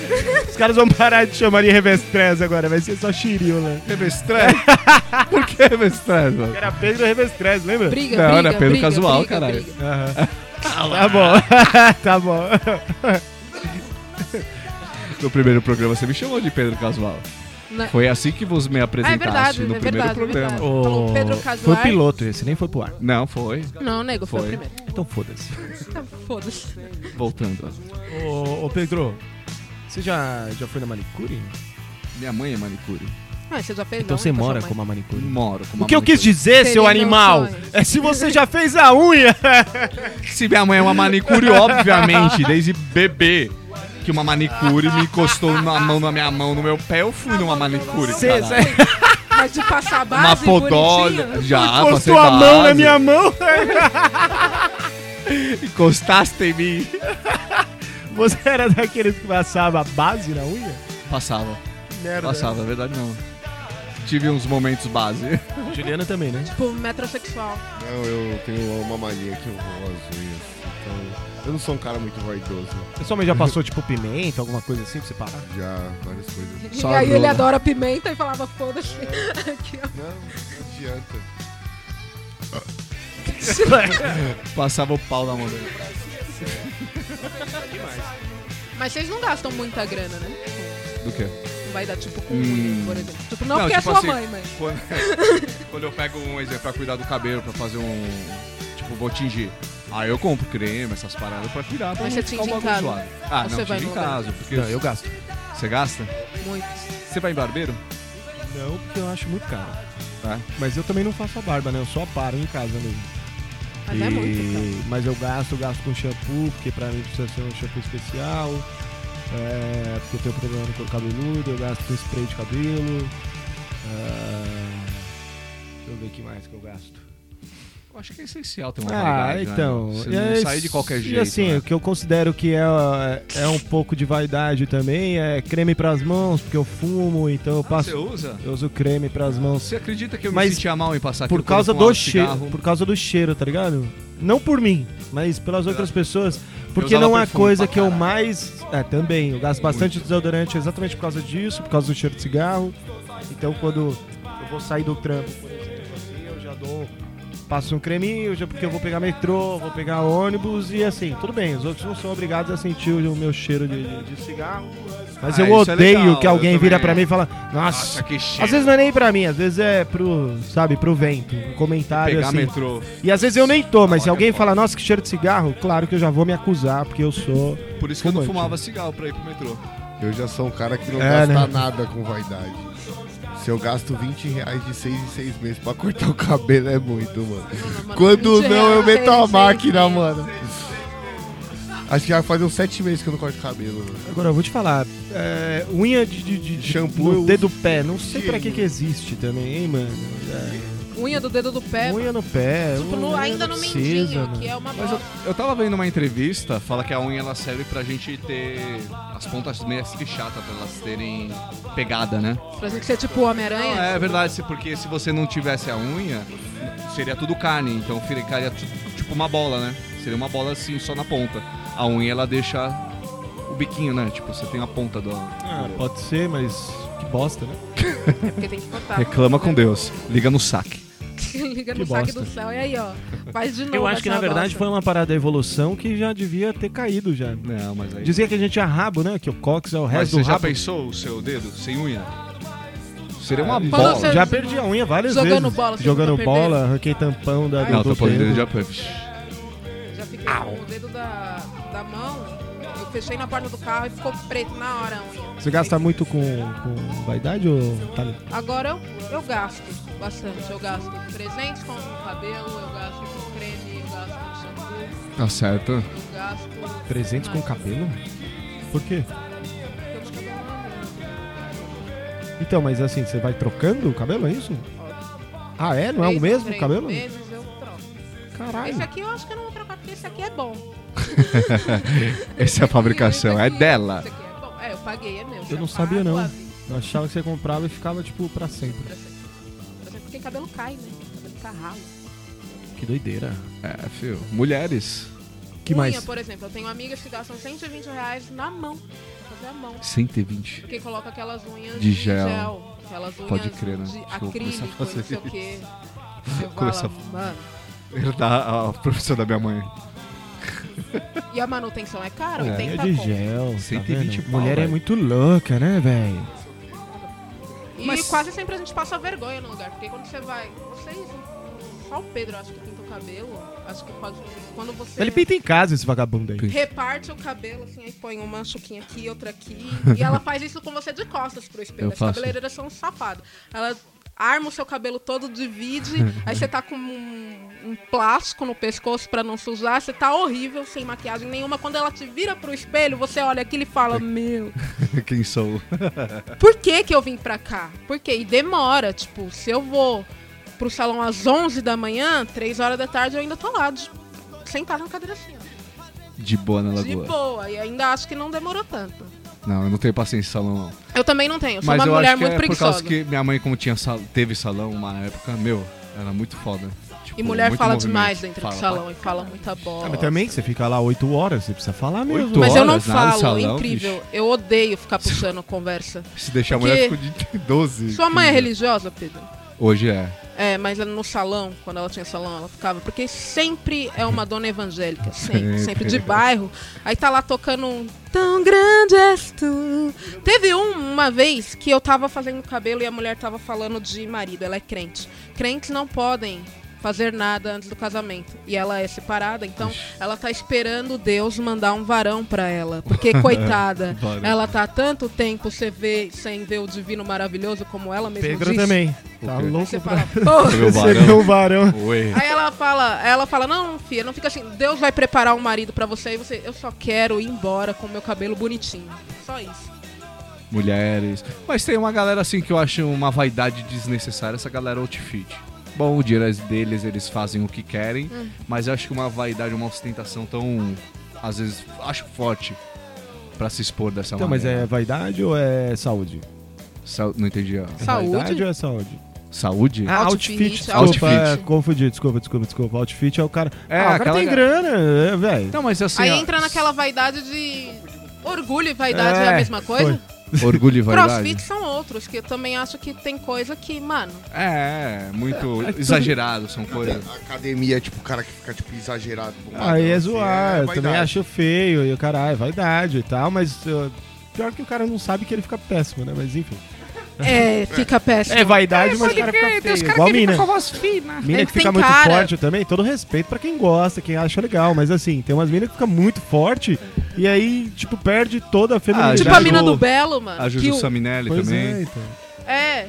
S2: Os caras vão parar de chamar de Revestrez agora. Vai ser só Chiril, né?
S1: Revestrez?
S2: [LAUGHS]
S1: Por que Revestrez, mano?
S2: Era Pedro Revestrez, lembra?
S5: Briga,
S1: Não,
S5: briga,
S1: não é Pedro
S5: briga,
S1: Casual,
S5: briga,
S1: caralho.
S5: briga.
S2: Tá bom. [LAUGHS] tá bom.
S1: No primeiro programa você me chamou de Pedro Casual.
S5: Não.
S1: Foi assim que você me
S5: Ah, é
S1: apresentaste
S5: verdade,
S1: no
S5: é
S1: primeiro
S5: verdade, é
S1: programa.
S5: verdade. Falou Pedro
S2: Foi
S5: Casual.
S2: o piloto esse, nem foi pro ar.
S1: Não, foi.
S5: Não, nego, foi,
S1: Foi.
S5: o primeiro.
S2: Então foda-se.
S5: Tá, Foda-se.
S1: Voltando.
S2: Ô, ô, Pedro, você já, já foi na manicure?
S1: Minha mãe é manicure.
S5: Ah, você já fez
S2: Então
S5: não,
S2: você
S5: com sua
S2: mora
S5: mãe.
S2: com uma manicure?
S1: Moro com
S2: Hum. O
S1: uma
S2: que eu quis
S1: manicure.
S2: dizer,
S5: Seria
S2: seu
S5: meu
S2: animal,
S5: sonho.
S2: é se você já fez a unha.
S1: Se minha mãe é uma manicure, obviamente, desde bebê que uma manicure me encostou na mão, na minha mão, no meu pé, eu fui numa manicure,
S2: Cê-
S1: caralho.
S2: cê-
S5: Mas de passar base
S1: Uma
S5: bonitinha?
S1: podóloga.
S2: Ah,
S1: Já, passei
S2: Postou a mão na
S1: base.
S2: minha mão.
S1: Encostaste em mim.
S2: Você era daqueles que passava base na unha?
S1: Passava.
S2: Merda.
S1: Passava, é verdade não. Tive uns momentos base.
S2: Juliana também, né?
S5: Tipo, metrosexual.
S4: Não, eu tenho uma mania que eu gosto isso. Então, eu não sou um cara muito vaidoso.
S2: E sua mãe já passou, tipo, pimenta, alguma coisa assim pra você parar?
S4: Já, várias coisas.
S1: Só
S5: e aí
S1: a
S5: ele
S1: Bruna.
S5: adora pimenta e falava, foda-se. Aqui, ó.
S4: Não, não adianta.
S1: Passava o pau na mão dele.
S5: Mas vocês não gastam muita grana, né?
S1: Do quê?
S5: Não vai dar tipo com
S1: Hum.
S5: unha, por exemplo. Tipo, não,
S1: Não,
S5: porque
S1: tipo
S5: é sua
S1: assim,
S5: mãe, mas.
S1: Quando,
S5: [LAUGHS]
S1: quando eu pego um exemplo pra cuidar do cabelo, pra fazer um. Tipo, vou tingir. Aí eu compro creme, essas paradas pra cuidar. Pra
S5: Mas
S1: não
S5: você
S1: ficar
S5: tinge
S1: um
S5: em
S1: bagulho
S5: casa?
S1: zoado. Ah,
S5: Ou
S1: não,
S5: você vai
S1: tinge em
S5: no lugar?
S1: casa. Porque
S2: Não, eu gasto.
S1: Você gasta?
S5: Muito.
S1: Você vai em barbeiro?
S2: Não, porque eu acho muito caro.
S1: Tá.
S2: Mas eu também não faço a barba, né? Eu só paro em casa mesmo.
S5: Mas
S2: e...
S5: é muito, cara.
S2: Mas eu gasto, eu gasto com shampoo, porque pra mim precisa ser um shampoo especial. É, porque eu tenho problema no couro cabeludo, eu gasto com spray de cabelo. É, deixa eu ver o que mais que eu gasto.
S1: Eu acho que é essencial ter uma
S2: Ah,
S1: vaidade, né?
S2: então.
S1: Você
S2: e
S1: não
S2: é
S1: sair de
S2: isso-
S1: qualquer jeito.
S2: E assim,
S1: né?
S2: o que eu considero que é, é um pouco de vaidade também é creme pras mãos, porque eu fumo, então eu
S1: Ah, você
S2: passo.
S1: usa?
S2: Eu uso creme pras mãos.
S1: Você acredita que eu me
S2: Mas
S1: sentia mal em passar aqui
S2: Por causa do cheiro. Por causa do cheiro, tá ligado? Não por mim, mas pelas outras pessoas. Porque
S1: É. usava
S2: não é a
S1: perfume
S2: coisa
S1: pra
S2: que eu
S1: caralho.
S2: mais. É, também. Eu gasto bastante desodorante exatamente por causa disso, por causa do cheiro de cigarro. Então quando eu vou sair do trampo, por exemplo, assim, eu já dou. Passo um creminho, já porque eu vou pegar metrô, vou pegar ônibus e assim, tudo bem. Os outros não são obrigados a sentir o meu cheiro de, de- de cigarro. Mas
S1: Ah,
S2: eu
S1: isso é
S2: odeio
S1: legal,
S2: que alguém
S1: eu
S2: vira
S1: também.
S2: pra mim e fala, nossa
S1: Nossa, que cheiro.
S2: às vezes não é nem pra mim, às vezes é pro, sabe, pro vento, um comentário
S1: Pegar
S2: assim.
S1: metrô.
S2: E às vezes eu nem tô, mas se
S1: Olha,
S2: alguém
S1: foda.
S2: falar, nossa, que cheiro de cigarro, claro que eu já vou me acusar, porque eu sou.
S1: Por isso que eu não
S2: Fumante.
S1: fumava cigarro pra ir pro metrô.
S4: Eu já sou um cara que não
S2: É,
S4: gasta
S2: né?
S4: nada com vaidade. Se eu gasto 20 reais de 6 em 6 meses pra cortar o cabelo é muito, mano.
S5: Mano, mano,
S4: Quando
S5: 20
S4: não, eu
S5: reais,
S4: meto a
S5: gente.
S4: máquina, mano. Acho que já faz uns 7 meses que eu não corto cabelo. mano.
S2: Agora eu vou te falar, é, unha de, de, de- de-
S4: Shampoo
S2: no
S4: eu
S2: dedo do pé, não sei pra que
S4: direto.
S2: que existe também, hein, mano.
S5: Unha do dedo do
S2: É,
S5: pé.
S2: unha no pé,
S5: tipo,
S2: unha
S5: no- ainda no
S2: precisa, né?
S5: mendinho,
S2: mano.
S5: que é uma
S1: Mas eu,
S5: bosta.
S1: eu tava vendo uma entrevista, fala que a unha ela serve pra gente ter as pontas meias fichatas, pra elas terem pegada, né?
S5: Pra gente ser tipo o
S1: Não,
S5: Homem-Aranha.
S1: é verdade, se- porque se você não tivesse a unha, seria tudo carne, então ficaria ti- tipo uma bola, né? Seria uma bola assim, só na ponta. A unha ela deixa o biquinho, né? Tipo, você tem a ponta do.
S2: Ah, pode ser, mas que bosta, né?
S5: É porque tem que cortar.
S1: Reclama com Deus, liga no saque.
S5: [LAUGHS] Liga
S2: Que
S5: no saque
S2: bosta.
S5: do céu. E aí, ó. Faz de novo.
S7: Eu acho que na
S5: essa
S7: verdade
S5: bosta.
S7: foi uma parada da evolução que já devia ter caído já.
S1: Não, mas aí.
S2: Dizia que a gente é rabo, né? Que o cox é o
S1: Mas
S2: resto
S1: você
S2: do
S1: já
S2: rabo.
S1: pensou o seu dedo sem unha? Seria
S2: Ah,
S1: uma
S5: Quando
S1: bola.
S5: você-
S2: Já perdi a unha várias
S5: Jogando
S2: vezes.
S5: bola, você
S2: jogando
S5: nunca perdeu?
S2: bola, arranquei tampão da
S1: tá Não,
S2: do
S1: tô falando
S2: dedo.
S1: dele já.
S5: Já fiquei com o dedo da, da mão. Eu fechei na porta do carro e ficou preto na hora a unha.
S2: Você gasta muito com, com vaidade ou tá
S5: Agora eu, eu gasto bastante. Eu gasto presente com o cabelo, eu gasto com creme, eu gasto com shampoo,
S1: Tá certo.
S5: eu gasto.
S2: presente com cabelo? Por quê?
S5: Eu não tenho nada.
S2: Então, mas assim, você vai trocando o cabelo, é isso? Ah, é? Não é o
S5: Três,
S2: mesmo
S5: três
S2: cabelo?
S5: meses eu troco. Esse
S2: Caralho.
S5: aqui eu acho que eu não vou trocar porque esse aqui é bom.
S1: Essa é a fabricação,
S5: Esse
S1: é
S5: aqui-
S1: dela.
S5: esse aqui é bom. É, eu paguei, é meu.
S2: Eu
S5: já
S2: não sabia,
S5: pago
S2: não.
S5: a vida.
S2: Eu achava que você comprava e ficava, tipo, pra sempre.
S5: Porque cabelo cai, né? Cabelo carralo.
S2: Que doideira.
S1: É, fio. Mulheres.
S2: Que
S5: Unha,
S2: mais?
S5: por exemplo, eu tenho amigas que gastam 120 reais na mão. pra Fazer a mão.
S1: 120.
S5: Porque coloca aquelas unhas
S1: De gel.
S5: aquelas unhas
S1: Pode crer, né?
S5: de
S1: Acho que eu vou começar a
S5: acrílico, não sei o
S1: fazer
S5: quê. Eu
S1: [LAUGHS] Começar a
S5: falo, mano.
S1: Herdar a profissão da minha mãe.
S5: E a manutenção é cara,
S2: É,
S5: 80
S2: é de
S5: conto.
S2: gel. tá
S1: 120
S2: vendo?
S1: pau,
S2: Mulher é
S1: velho.
S2: muito louca, né, velho?
S5: E quase sempre a gente passa vergonha no lugar. Porque quando você vai. Vocês. Só o Pedro acho que pinta o cabelo. Acho que pode. Quando você.
S2: Ele pinta em casa esse vagabundo aí.
S5: reparte o cabelo, assim, aí põe uma chuquinha aqui, outra aqui.
S1: [LAUGHS]
S5: E ela faz isso com você de costas pro espelho.
S1: Eu
S5: As
S1: faço.
S5: cabeleireiras são um safado. Ela arma o seu cabelo
S1: [LAUGHS]
S5: todo, divide, aí você tá com um, um plástico no pescoço pra não sujar, você tá horrível, sem maquiagem nenhuma. Quando ela te vira pro espelho, você olha aquilo e fala, meu,
S1: [LAUGHS] Quem sou?
S5: por que que eu vim pra cá? Por quê? E demora, tipo, se eu vou pro salão às 11 da manhã, 3 horas da tarde, eu ainda tô lá, de- sentada na cadeira assim, ó.
S1: De boa na
S5: De
S1: lagoa.
S5: boa, e ainda acho que não demorou tanto.
S1: Não, eu não tenho paciência em salão, não.
S5: Eu também não tenho, eu sou
S1: Mas
S5: uma
S1: eu
S5: mulher
S1: acho que
S5: muito
S1: é por
S5: preguiçosa.
S1: causa que minha mãe, como tinha sal- teve salão uma época, meu, era muito foda. Tipo,
S5: E mulher
S1: muito
S5: fala
S1: movimento.
S5: demais dentro
S1: Fala
S5: do
S1: pra
S5: salão e fala muita
S2: Ah,
S5: bola.
S2: mas também você fica lá 8 horas, você precisa falar mesmo.
S1: Oito
S5: Mas eu não
S1: horas, nada de
S5: falo, é
S1: salão,
S5: incrível. Eu odeio ficar puxando
S1: [LAUGHS]
S5: conversa.
S1: Se deixar a
S5: Porque-
S1: mulher, fica de 12.
S5: Sua mãe é
S1: 15.
S5: religiosa, Pedro?
S1: Hoje
S5: [LAUGHS]
S1: é.
S5: É, mas no salão, quando ela tinha salão, ela ficava. Porque sempre é uma dona evangélica, sempre, sempre de bairro. Aí tá lá tocando um Tão grande és tu. Teve um- uma vez que eu tava fazendo cabelo e a mulher tava falando de marido, ela é crente. Crentes não podem fazer nada antes do casamento. E ela é separada, então ela tá esperando Deus mandar um varão pra ela. Porque, [LAUGHS] coitada,
S1: Varão.
S5: ela tá há tanto tempo sem ver, sem ver o divino maravilhoso como ela mesma
S2: Pedro
S5: disse.
S2: também. Tá
S1: quê?
S5: Aí
S2: louco
S5: você
S2: pra...
S5: fala, pô,
S1: Meu
S2: Você
S1: varão.
S2: viu um varão.
S1: Oi.
S5: Aí ela fala, ela fala, não, filha, não fica assim, Deus vai preparar um marido pra você e você, eu só quero ir embora com meu cabelo bonitinho. Só isso.
S1: Mulheres. Mas tem uma galera assim que eu acho uma vaidade desnecessária, essa galera outfit. Bom, o dinheiro é deles, eles fazem o que querem,
S5: Hum.
S1: mas eu acho que uma vaidade, uma ostentação tão, às vezes, acho forte pra se expor dessa
S2: Então, mas
S1: maneira.
S2: é vaidade ou é saúde?
S1: Sa- Não entendi. a-
S2: É
S5: Saúde?
S2: Vaidade ou é saúde?
S1: Saúde?
S2: Ah,
S5: Outfit,
S2: outfit, desculpa,
S1: outfit.
S2: é, confundi, desculpa, desculpa, desculpa. Outfit é o cara.
S1: É,
S2: ah, o cara
S1: aquela
S2: tem
S1: ga-
S2: grana, é, velho.
S1: Não, mas assim,
S5: Aí
S1: ó,
S5: entra naquela vaidade de. Orgulho e vaidade é, a
S2: É,
S5: mesma coisa?
S1: [LAUGHS] orgulho e vaidade.
S5: Crossfit são outros, que eu também acho que tem coisa que, mano.
S1: É, é,
S2: [LAUGHS]
S1: muito exagerado, são coisas.
S4: Academia, tipo, o cara que fica, tipo, exagerado. bombadão,
S2: Aí é
S4: assim,
S2: zoar, eu também
S4: vaidade.
S2: acho feio, e o caralho, vaidade e tal, mas uh, pior que o cara não sabe que ele fica péssimo, né? Mas enfim.
S5: É, [LAUGHS] fica péssimo.
S2: É vaidade, mas o cara fica feio. Igual mina. Mina
S5: Tem
S2: que
S5: que
S2: fica
S5: tem
S2: muito
S5: cara.
S2: forte também, todo respeito pra quem gosta, quem acha legal, mas assim, tem umas minas que fica muito forte e aí, tipo, perde toda a feminilidade.
S5: Tipo a mina
S1: Ju-
S5: do Belo, mano.
S1: A
S5: que
S1: Juju
S5: o-
S1: Saminelli
S2: Pois
S1: também.
S2: é, então.
S5: É.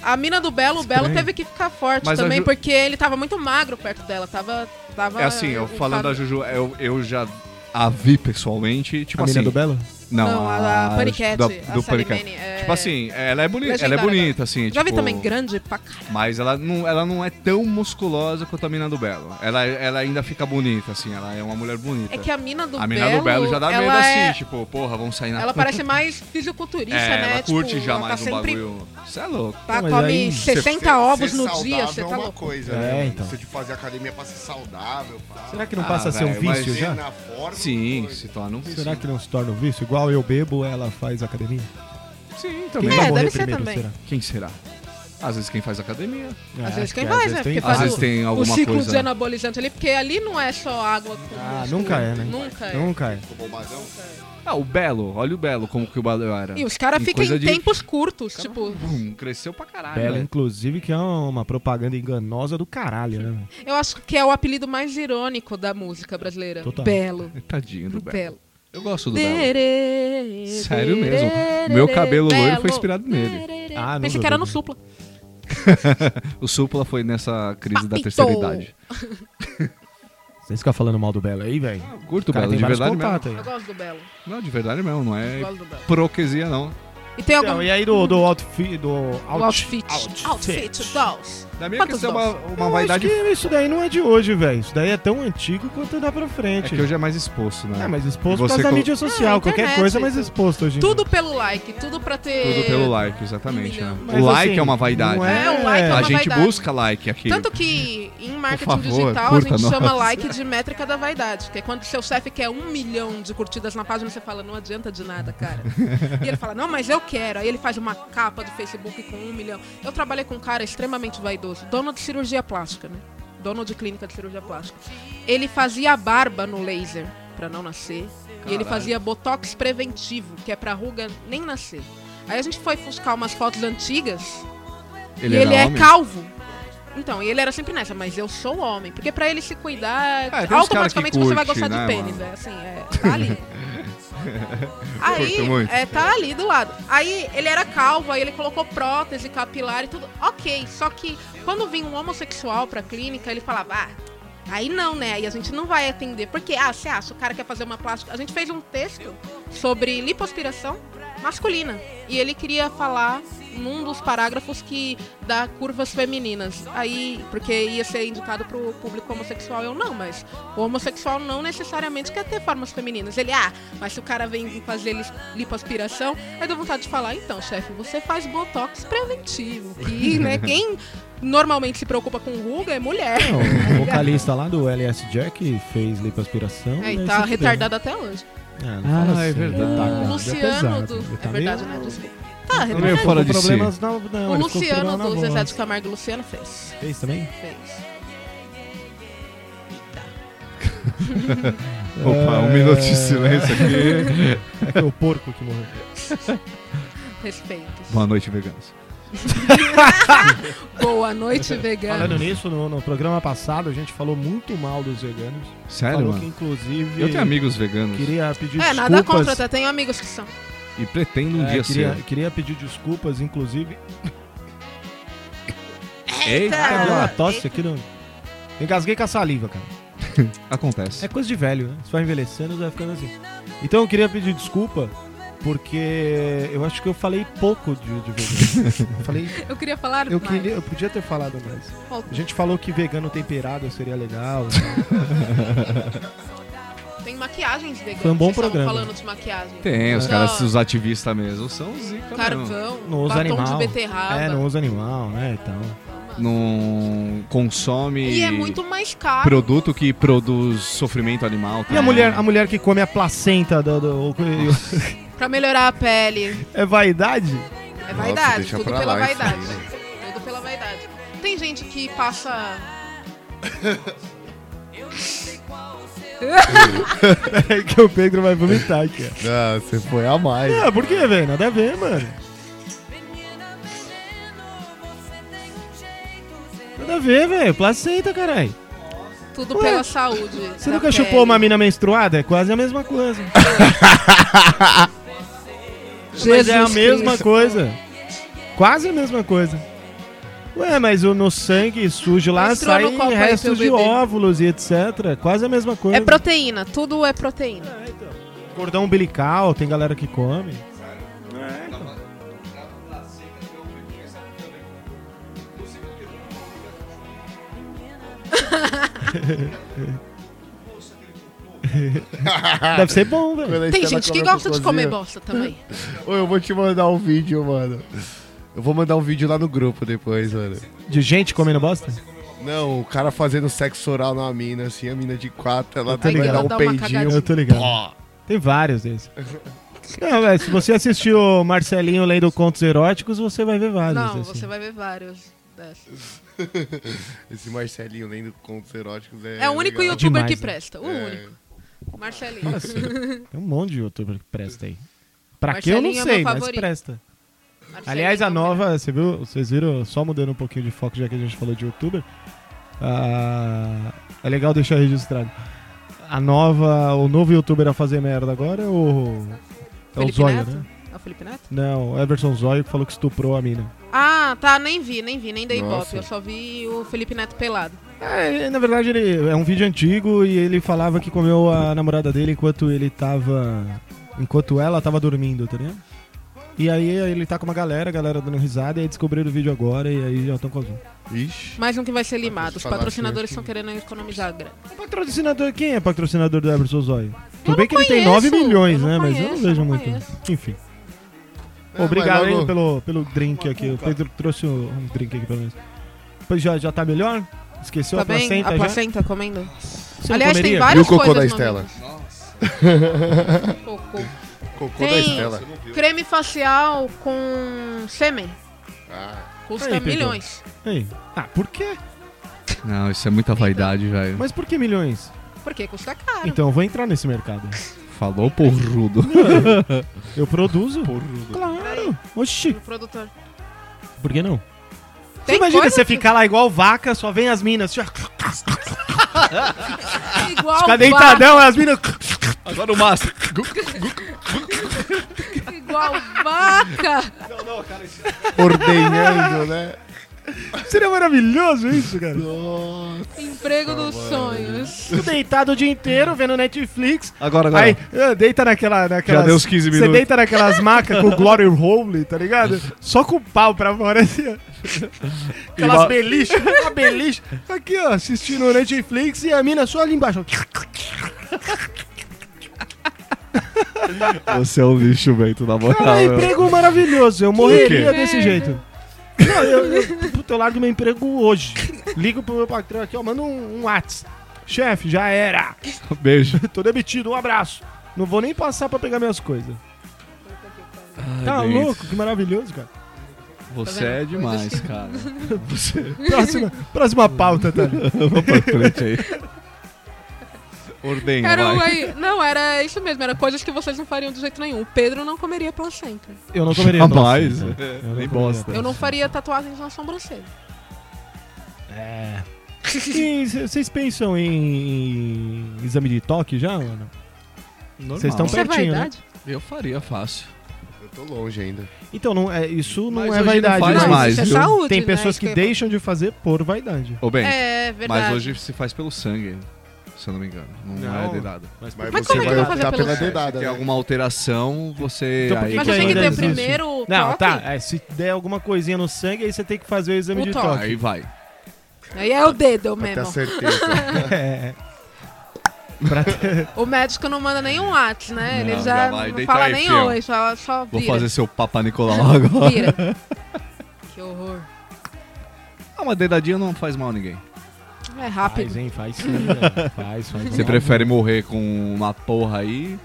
S5: A mina do Belo, o Belo
S2: Estranho.
S5: teve que ficar forte
S1: Mas a
S5: também,
S1: Ju-
S5: porque ele tava muito magro perto dela. Tava. tava
S1: É assim, eu
S5: o
S1: falando da
S5: cara-
S1: Juju, eu, eu já a vi pessoalmente, tipo
S2: a
S1: assim.
S2: mina do Belo?
S1: Não,
S5: Não, a, a Panicat,
S1: da-
S5: a
S1: do
S5: Salimene,
S1: Panicat.
S5: é-
S1: Tipo assim, ela é bonita, ela é
S5: Legendária
S1: bonita, assim.
S5: Já vi
S1: tipo,
S5: também, grande pra caralho.
S1: Mas ela não, ela não é tão musculosa quanto a mina do Belo. Ela, ela ainda fica bonita, assim, ela é uma mulher bonita.
S5: É que a mina do
S1: a
S5: Belo.
S1: mina do Belo já dá medo
S5: ela
S1: assim,
S5: é-
S1: tipo, porra, vamos sair na
S5: Ela parece mais fisiculturista,
S1: É,
S5: né?
S1: ela curte
S5: tipo,
S1: já
S5: ela
S1: mais
S5: tá
S1: um
S5: sempre,
S1: bagulho. Você é louco.
S5: Tá,
S2: Não, mas
S5: come
S2: aí-
S5: 60
S4: Ser-
S5: ovos
S4: ser
S5: no
S4: saudável
S5: dia, você
S4: é
S5: tá
S4: uma
S5: louco.
S4: coisa,
S2: É,
S4: né? mano?
S2: então.
S4: Você de fazer academia pra ser saudável, pá.
S2: Será que não
S1: Ah,
S2: passa a ser um
S1: velho, mas-
S2: vício já?
S4: Na forma,
S1: Sim,
S4: coisa.
S1: se torna um vício.
S2: Será que não se torna um vício? Igual eu bebo, ela faz academia?
S1: Sim,
S2: Quem
S1: também.
S5: É,
S2: vai morrer
S5: deve ser
S2: primeiro,
S5: também.
S2: será?
S1: Quem será? Às vezes quem faz academia.
S2: É,
S5: Às vezes
S2: acho
S5: quem
S2: que
S5: faz,
S2: às vezes
S5: né? Porque
S2: quem
S5: faz
S1: Às
S2: faz.
S1: vezes tem
S5: O
S1: alguma
S5: ciclo de
S1: coisa.
S5: anabolizante ali, porque ali não é só água com
S2: Ah,
S5: músculo.
S2: nunca é, né?
S5: Nunca é.
S2: Nunca é.
S4: Ficou bombadão?
S1: Ah, o Belo, olha o Belo, como que o Belo era.
S5: E os caras
S1: Em
S5: ficam
S1: coisa
S5: em
S1: de-
S5: tempos curtos, tipo...
S1: Bum, cresceu pra
S5: Ah,
S1: caralho. né?
S2: Bela,
S1: velho.
S2: inclusive, que é uma propaganda enganosa do caralho, né? velho?
S5: Eu acho que é o apelido mais irônico da música brasileira.
S2: Total.
S5: Belo.
S1: Tadinho do
S5: Pro
S1: Belo.
S5: Belo.
S1: Eu gosto do Belo.
S5: Derê,
S1: Sério mesmo.
S5: derê,
S1: Meu cabelo
S5: derê,
S1: loiro foi
S5: Belo.
S1: inspirado nele.
S5: Derê.
S2: Ah, não
S5: Pensei que
S2: duvido.
S5: era no supla.
S1: O Supla foi nessa crise da
S5: Papito.
S1: terceira idade.
S2: Vocês ficam falando mal do Belo aí, velho?
S1: Eu curto o
S2: cara
S1: Belo,
S2: tem
S1: de
S2: vários
S1: verdade mesmo.
S2: contatos aí.
S5: Eu gosto do Belo.
S1: Não, de verdade mesmo, não
S5: Eu
S1: é
S5: gosto do Belo.
S1: proquesia, não.
S5: E tem algum
S2: Então, e aí do, do outfit, do
S5: o
S2: out...
S5: outfit? Outfit, dolls.
S1: Da minha
S5: Quantos
S1: questão é uma,
S5: dons?
S1: uma
S2: Eu acho
S1: vaidade.
S2: que isso daí não é de hoje, velho. Isso daí é tão antigo quanto dá pra
S1: É
S2: frente.
S1: que hoje é mais exposto, né?
S2: É, mas exposto
S1: Você
S2: por causa da
S1: colo-
S2: mídia social.
S5: Ah,
S2: Qualquer
S5: internet,
S2: coisa é mais
S5: isso.
S2: exposto hoje. em dia.
S5: Tudo pelo like, tudo pra ter...
S1: Tudo pelo like, exatamente. né?
S5: É. Um milhão.
S1: O
S2: Mas,
S1: like
S2: assim,
S1: é uma vaidade.
S2: não
S5: É, o like é
S1: a
S5: uma
S1: gente
S5: vaidade.
S1: busca like aqui.
S5: Tanto que em marketing
S1: favor,
S5: digital a
S1: curta
S5: gente
S1: nós.
S5: chama like de métrica da vaidade. Que é quando seu chefe quer um milhão de curtidas na página, você fala, não adianta de nada, cara. e ele fala, não, mas eu quero. Aí ele faz uma capa do Facebook com um milhão. Eu trabalhei com um cara extremamente vaidoso, dono de cirurgia plástica, né? Dono de clínica de cirurgia plástica. Ele fazia a barba no laser pra não nascer. E ele fazia botox preventivo, que é pra ruga nem nascer. Aí a gente foi buscar umas fotos antigas e
S1: era
S5: ele é
S1: homem?
S5: calvo. Então, e ele era sempre nessa, mas eu sou homem. Porque pra ele se cuidar,
S1: É, tem uns cara
S5: automaticamente
S1: que
S5: você vai
S1: curte,
S5: gostar
S1: né,
S5: de pênis.
S1: mano?
S5: É assim, é, tá
S1: [LAUGHS]
S5: ali. aí,
S1: Curto muito.
S5: é, tá ali do lado. Aí ele era calvo, aí ele colocou prótese, capilar e tudo. Ok, só que quando vinha um homossexual pra clínica, ele falava, ah, aí não, né? Aí a gente não vai atender. Porque, ah, você acha, o cara quer fazer uma plástica. A gente fez um texto sobre lipoaspiração masculina. E ele queria falar num dos parágrafos que dá curvas femininas. Aí, porque ia ser indicado pro público homossexual, eu não, mas o homossexual não necessariamente quer ter formas femininas. Ele, ah, mas se o cara vem fazer lis- lipoaspiração, aí dá vontade de falar, então, chefe, você faz botox preventivo. Que, né, quem normalmente se preocupa com ruga é mulher.
S2: Não, o vocalista lá do LS Jack fez né, lipoaspiração.
S5: Aí
S2: daí
S5: tá
S2: se fudeu.
S5: retardado até hoje.
S2: Ah, não fala
S1: Ah, é
S2: assim,
S1: verdade.
S2: tá,
S5: O
S2: cara,
S5: Luciano
S2: é pesado,
S5: do.
S2: ele
S5: É
S2: tá
S5: verdade,
S2: meio-
S5: né? Desculpa. Tá,
S2: Tá
S5: é
S2: meio
S5: verdade.
S2: fora
S1: fora
S2: de
S1: de si.
S2: problemas na, não,
S5: O
S2: ele ficou com
S5: Luciano
S2: problema na
S5: do Zezé
S2: voz.
S5: de Camargo e Luciano fez.
S2: Fez também?
S5: Fez.
S1: Opa, um minuto de silêncio aqui.
S2: É que é o porco que
S5: [LAUGHS]
S2: morreu.
S5: Respeitos.
S2: [LAUGHS]
S1: Boa noite, veganos.
S5: Boa noite, vegano.
S2: Falando nisso, no, no programa passado a gente falou muito mal dos veganos.
S1: Sério,
S2: falou que
S1: mano?
S2: inclusive
S1: Eu tenho amigos veganos
S2: queria pedir
S5: É,
S2: desculpas.
S5: nada contra, até tenho amigos que são.
S1: e pretendo um
S2: É,
S1: dia
S2: queria,
S1: ser.
S2: queria pedir desculpas, inclusive.
S1: Eita!
S5: É,
S2: Ah, deu uma tosse aqui no. Engasguei com a saliva, cara.
S1: Acontece.
S2: É coisa de velho, né? Você vai envelhecendo, você vai ficando assim. Então eu queria pedir desculpa Porque eu acho que eu falei pouco de, de vegano.
S8: [LAUGHS] Eu falei,
S5: Eu queria falar
S8: eu,
S5: mais.
S8: queria, eu podia ter falado mais.
S5: Faltou.
S8: A gente falou que vegano temperado seria legal.
S2: né?
S5: Tem maquiagens veganas.
S2: Foi um bom
S5: Vocês estavam
S2: programa.
S5: falando de maquiagem.
S1: Tem, É, os
S5: Só
S1: caras, os ativistas mesmo, são zica mesmo.
S5: Carvão,
S2: Não usa
S5: batom
S2: animal.
S5: de beterraba.
S2: É, não usa animal, né? Então.
S1: Não consome
S5: E é muito mais caro.
S1: produto que produz sofrimento
S8: E a
S1: animal.
S2: É.
S1: também.
S8: mulher, a mulher que come a placenta do.
S2: [LAUGHS]
S8: do-
S5: Pra melhorar a pele.
S8: é vaidade?
S5: É vaidade.
S4: deixa
S5: Tudo
S4: pra
S5: pela
S4: lá isso
S5: vaidade. Tudo pela vaidade. Tem gente que passa.
S8: É que o Pedro vai vomitar, cara.
S4: Ah, você foi a mais.
S2: Ah,
S8: É, por que, velho? Nada a ver, mano.
S2: Nada a ver, velho. Placenta, caralho.
S5: Tudo
S2: Ué,
S5: pela saúde.
S2: Você
S5: da
S2: nunca
S5: pele.
S2: chupou uma mina menstruada? É quase a mesma coisa. mas
S5: [LAUGHS] Jesus
S2: é a mesma
S5: Cristo.
S2: coisa. Quase a mesma coisa. Ué, mas o no sangue sujo lá
S5: Menstrua no
S2: sai
S5: copo aí, seu
S2: restos de
S5: bebê.
S2: óvulos e etc. Quase a mesma coisa.
S5: É proteína. Tudo é proteína.
S2: Cordão umbilical, tem galera que come. Deve ser bom, velho.
S4: Quando a
S5: Tem
S4: tava
S5: gente que
S4: comendo
S5: gosta de comer
S4: cocôzinho.
S5: bosta também.
S4: Ô, eu vou te mandar um vídeo, mano. Eu vou mandar um vídeo lá no grupo depois, mano.
S2: De gente comendo bosta?
S4: Não, o cara fazendo sexo oral na mina, assim, a mina de quatro, ela
S5: tô
S4: vai
S5: ligado.
S4: dar um
S5: Dá uma
S4: peidinho.
S5: cagadinha.
S2: Eu tô ligado. Tem vários desses. Não, velho, se você assistiu Marcelinho lendo contos eróticos, você vai ver vários.
S5: [LAUGHS] Não,
S2: assim.
S5: você vai ver vários. dessas.
S4: Esse Marcelinho lendo contos eróticos é.
S5: É o único
S4: legal.
S5: youtuber
S2: Demais,
S5: que
S2: né?
S5: presta. O
S4: É.
S5: único. Marcelinho.
S2: Tem um monte de youtuber que presta aí. Pra que eu
S5: Marcelinho
S2: não
S5: é meu
S2: sei, mas
S5: favorito.
S2: presta.
S5: Marcelinho
S2: Aliás,
S5: é
S2: a
S5: o
S2: nova, você viu, vocês viram, só mudando um pouquinho de foco, já que a gente falou de youtuber. ah, é legal deixar registrado. A nova, o novo youtuber a fazer merda agora é o. É o
S5: Felipe
S2: Zóio,
S5: Neto?
S2: né?
S5: melhor. É o Felipe Neto?
S2: Não, o Everson Zóio que falou que estuprou a mina.
S5: Ah, tá, nem vi, nem vi, nem dei
S4: Nossa.
S5: golpe. Eu só vi o Felipe Neto pelado.
S2: É, na verdade, ele é um vídeo antigo e ele falava que comeu a namorada dele enquanto ele tava. Enquanto ela tava dormindo, tá ligado? E aí ele tá com uma galera, a galera dando risada, e aí descobriram o vídeo agora e aí já estão com
S4: Ixi.
S5: Mais um que vai ser limado. Os
S4: falar
S5: patrocinadores
S4: assim,
S5: estão querendo economizar grana.
S2: Patrocinador, quem é patrocinador do Emerson Zóio? Tudo
S5: não
S2: bem que ele tem 9
S5: conheço,
S2: milhões,
S5: eu não
S2: né? mas eu
S5: conheço,
S2: não vejo
S5: eu não
S2: muito.
S5: conheço.
S2: Enfim.
S4: É,
S2: Obrigado
S4: mas logo-
S2: aí pelo, pelo drink aqui. O Pedro trouxe um drink aqui pelo menos. Pois já, já tá melhor? Esqueceu
S5: Tá
S2: a
S5: bem?
S2: placenta
S5: a
S2: já?
S5: placenta comendo?
S2: Você não
S5: Aliás, tem
S2: comeria?
S5: várias
S4: E o cocô
S5: coisas
S4: da
S5: no
S4: Estela?
S5: vídeo. Cocô.
S4: Cocô da
S5: Tem
S4: Estela.
S5: creme facial com sêmen.
S4: Ah,
S5: Custa
S2: Aí, Pedro.
S5: milhões.
S2: Aí. Ah, por quê?
S1: Não, isso é muita vaidade, velho.
S2: Mas por que milhões?
S5: Porque custa caro.
S2: Então, eu vou entrar nesse mercado.
S1: Falou porrudo.
S2: Eu produzo? Claro. Oxi,
S5: O produtor.
S2: por que não?
S5: Tem
S2: você imagina
S5: coisa
S2: você
S5: que-
S2: ficar lá igual vaca, só vem as minas. assim, Você
S5: Igual
S2: fica
S5: vaca.
S2: deitadão, as minas.
S1: Agora o Márcio.
S5: Igual vaca.
S4: ordenhando, né?
S2: Seria maravilhoso [LAUGHS] isso, cara.
S4: Nossa.
S5: Emprego dos sonhos.
S2: Fico deitado o dia inteiro vendo Netflix.
S1: Agora, agora.
S2: Aí, ah, deita naquela. naquelas-
S1: Já deu uns 15
S2: Você
S1: minutos. [LAUGHS]
S2: deita naquelas macas com o Glory Hole, tá ligado? Só com o pau pra fora, assim, ó. Aquelas
S1: Igual-
S2: beliches, uma beliche. Aqui, ó, assistindo o Netflix e a mina só ali embaixo.
S1: Você é um lixo, velho, tu na
S2: Cara,
S1: moral. meu.
S2: emprego maravilhoso. Eu
S1: Por
S2: morreria
S1: Ah, quê?
S2: desse jeito. Não, eu, eu, puta, eu largo meu emprego hoje. Ligo pro meu patrão aqui, ó, manda um, um WhatsApp. Chefe, já era.
S1: Beijo.
S2: Tô demitido, um abraço. Não vou nem passar pra pegar minhas coisas. Tá
S1: Ai, Deus.
S2: louco? Que maravilhoso, cara.
S1: Você
S5: Tá vendo?
S1: é demais,
S5: Coisas que-
S1: cara. Você.
S2: Próxima, próxima pauta, tá?
S1: Vamos pra frente
S5: [LAUGHS]
S1: aí. Ordenha,
S5: Era um
S1: vai.
S5: aí. Não, era isso mesmo. Era coisas que vocês não fariam de jeito nenhum. O Pedro não comeria placenta.
S2: Eu não comeria
S1: Jamais.
S2: placenta.
S1: É,
S2: Eu não
S1: Nem
S2: comeria.
S1: bosta.
S5: Eu não faria tatuagens na sobrancelha.
S2: É. E c- vocês pensam em, em exame de toque já, mano? Vocês
S1: Normal.
S2: estão
S5: Isso é
S2: pertinho, né?
S5: vaidade?
S1: Eu faria fácil.
S4: Eu tô longe ainda.
S2: Então, não, é, isso não
S1: Mas hoje
S2: é
S1: não
S2: vaidade.
S1: faz
S2: né?
S5: Não,
S1: mais,
S5: isso é
S1: viu?
S5: saúde,
S2: Tem
S5: né?
S2: pessoas
S5: Isso
S2: que
S5: é-
S2: deixam de fazer por vaidade.
S1: Ô, bem,
S5: É, verdade.
S1: mas hoje se faz pelo sangue. se eu não me engano. Não,
S2: Não.
S1: é dedada.
S4: Mas,
S5: Mas
S4: você
S5: como é que
S4: vai
S5: eu vou fazer
S4: optar
S5: pelo
S4: pela
S5: certo?
S4: dedada,
S1: Tem
S4: né?
S1: alguma alteração, você.
S2: Então por
S1: aí,
S2: que
S5: Mas
S2: que
S5: eu
S1: vai-
S5: tenho que
S2: ainda
S5: ter o
S2: existe?
S5: primeiro
S2: Não,
S5: toque?
S2: tá. é, se der alguma coisinha no sangue, aí você tem que fazer o exame
S5: O
S2: de
S5: toque.
S2: toque.
S1: Aí vai.
S5: Aí é o dedo
S4: Pra ter a
S5: mesmo.
S4: certeza.
S5: [LAUGHS]
S2: É. Pra ter-
S5: O médico não manda nenhum WhatsApp, né? Ele
S1: Não,
S5: já
S1: já vai
S5: não
S1: deitar
S5: fala
S1: aí,
S5: nem
S1: fião.
S5: oi, só, só
S1: Vou
S5: vira.
S1: fazer seu Papa Nicolau agora.
S5: [LAUGHS] Vira. [LAUGHS] que horror.
S1: Ah, uma dedadinha não faz mal a ninguém.
S5: É
S2: faz,
S5: rápido.
S2: hein? Faz sim, velho. Faz, faz.
S1: Você prefere morrer com uma porra
S5: [LAUGHS]
S1: aí?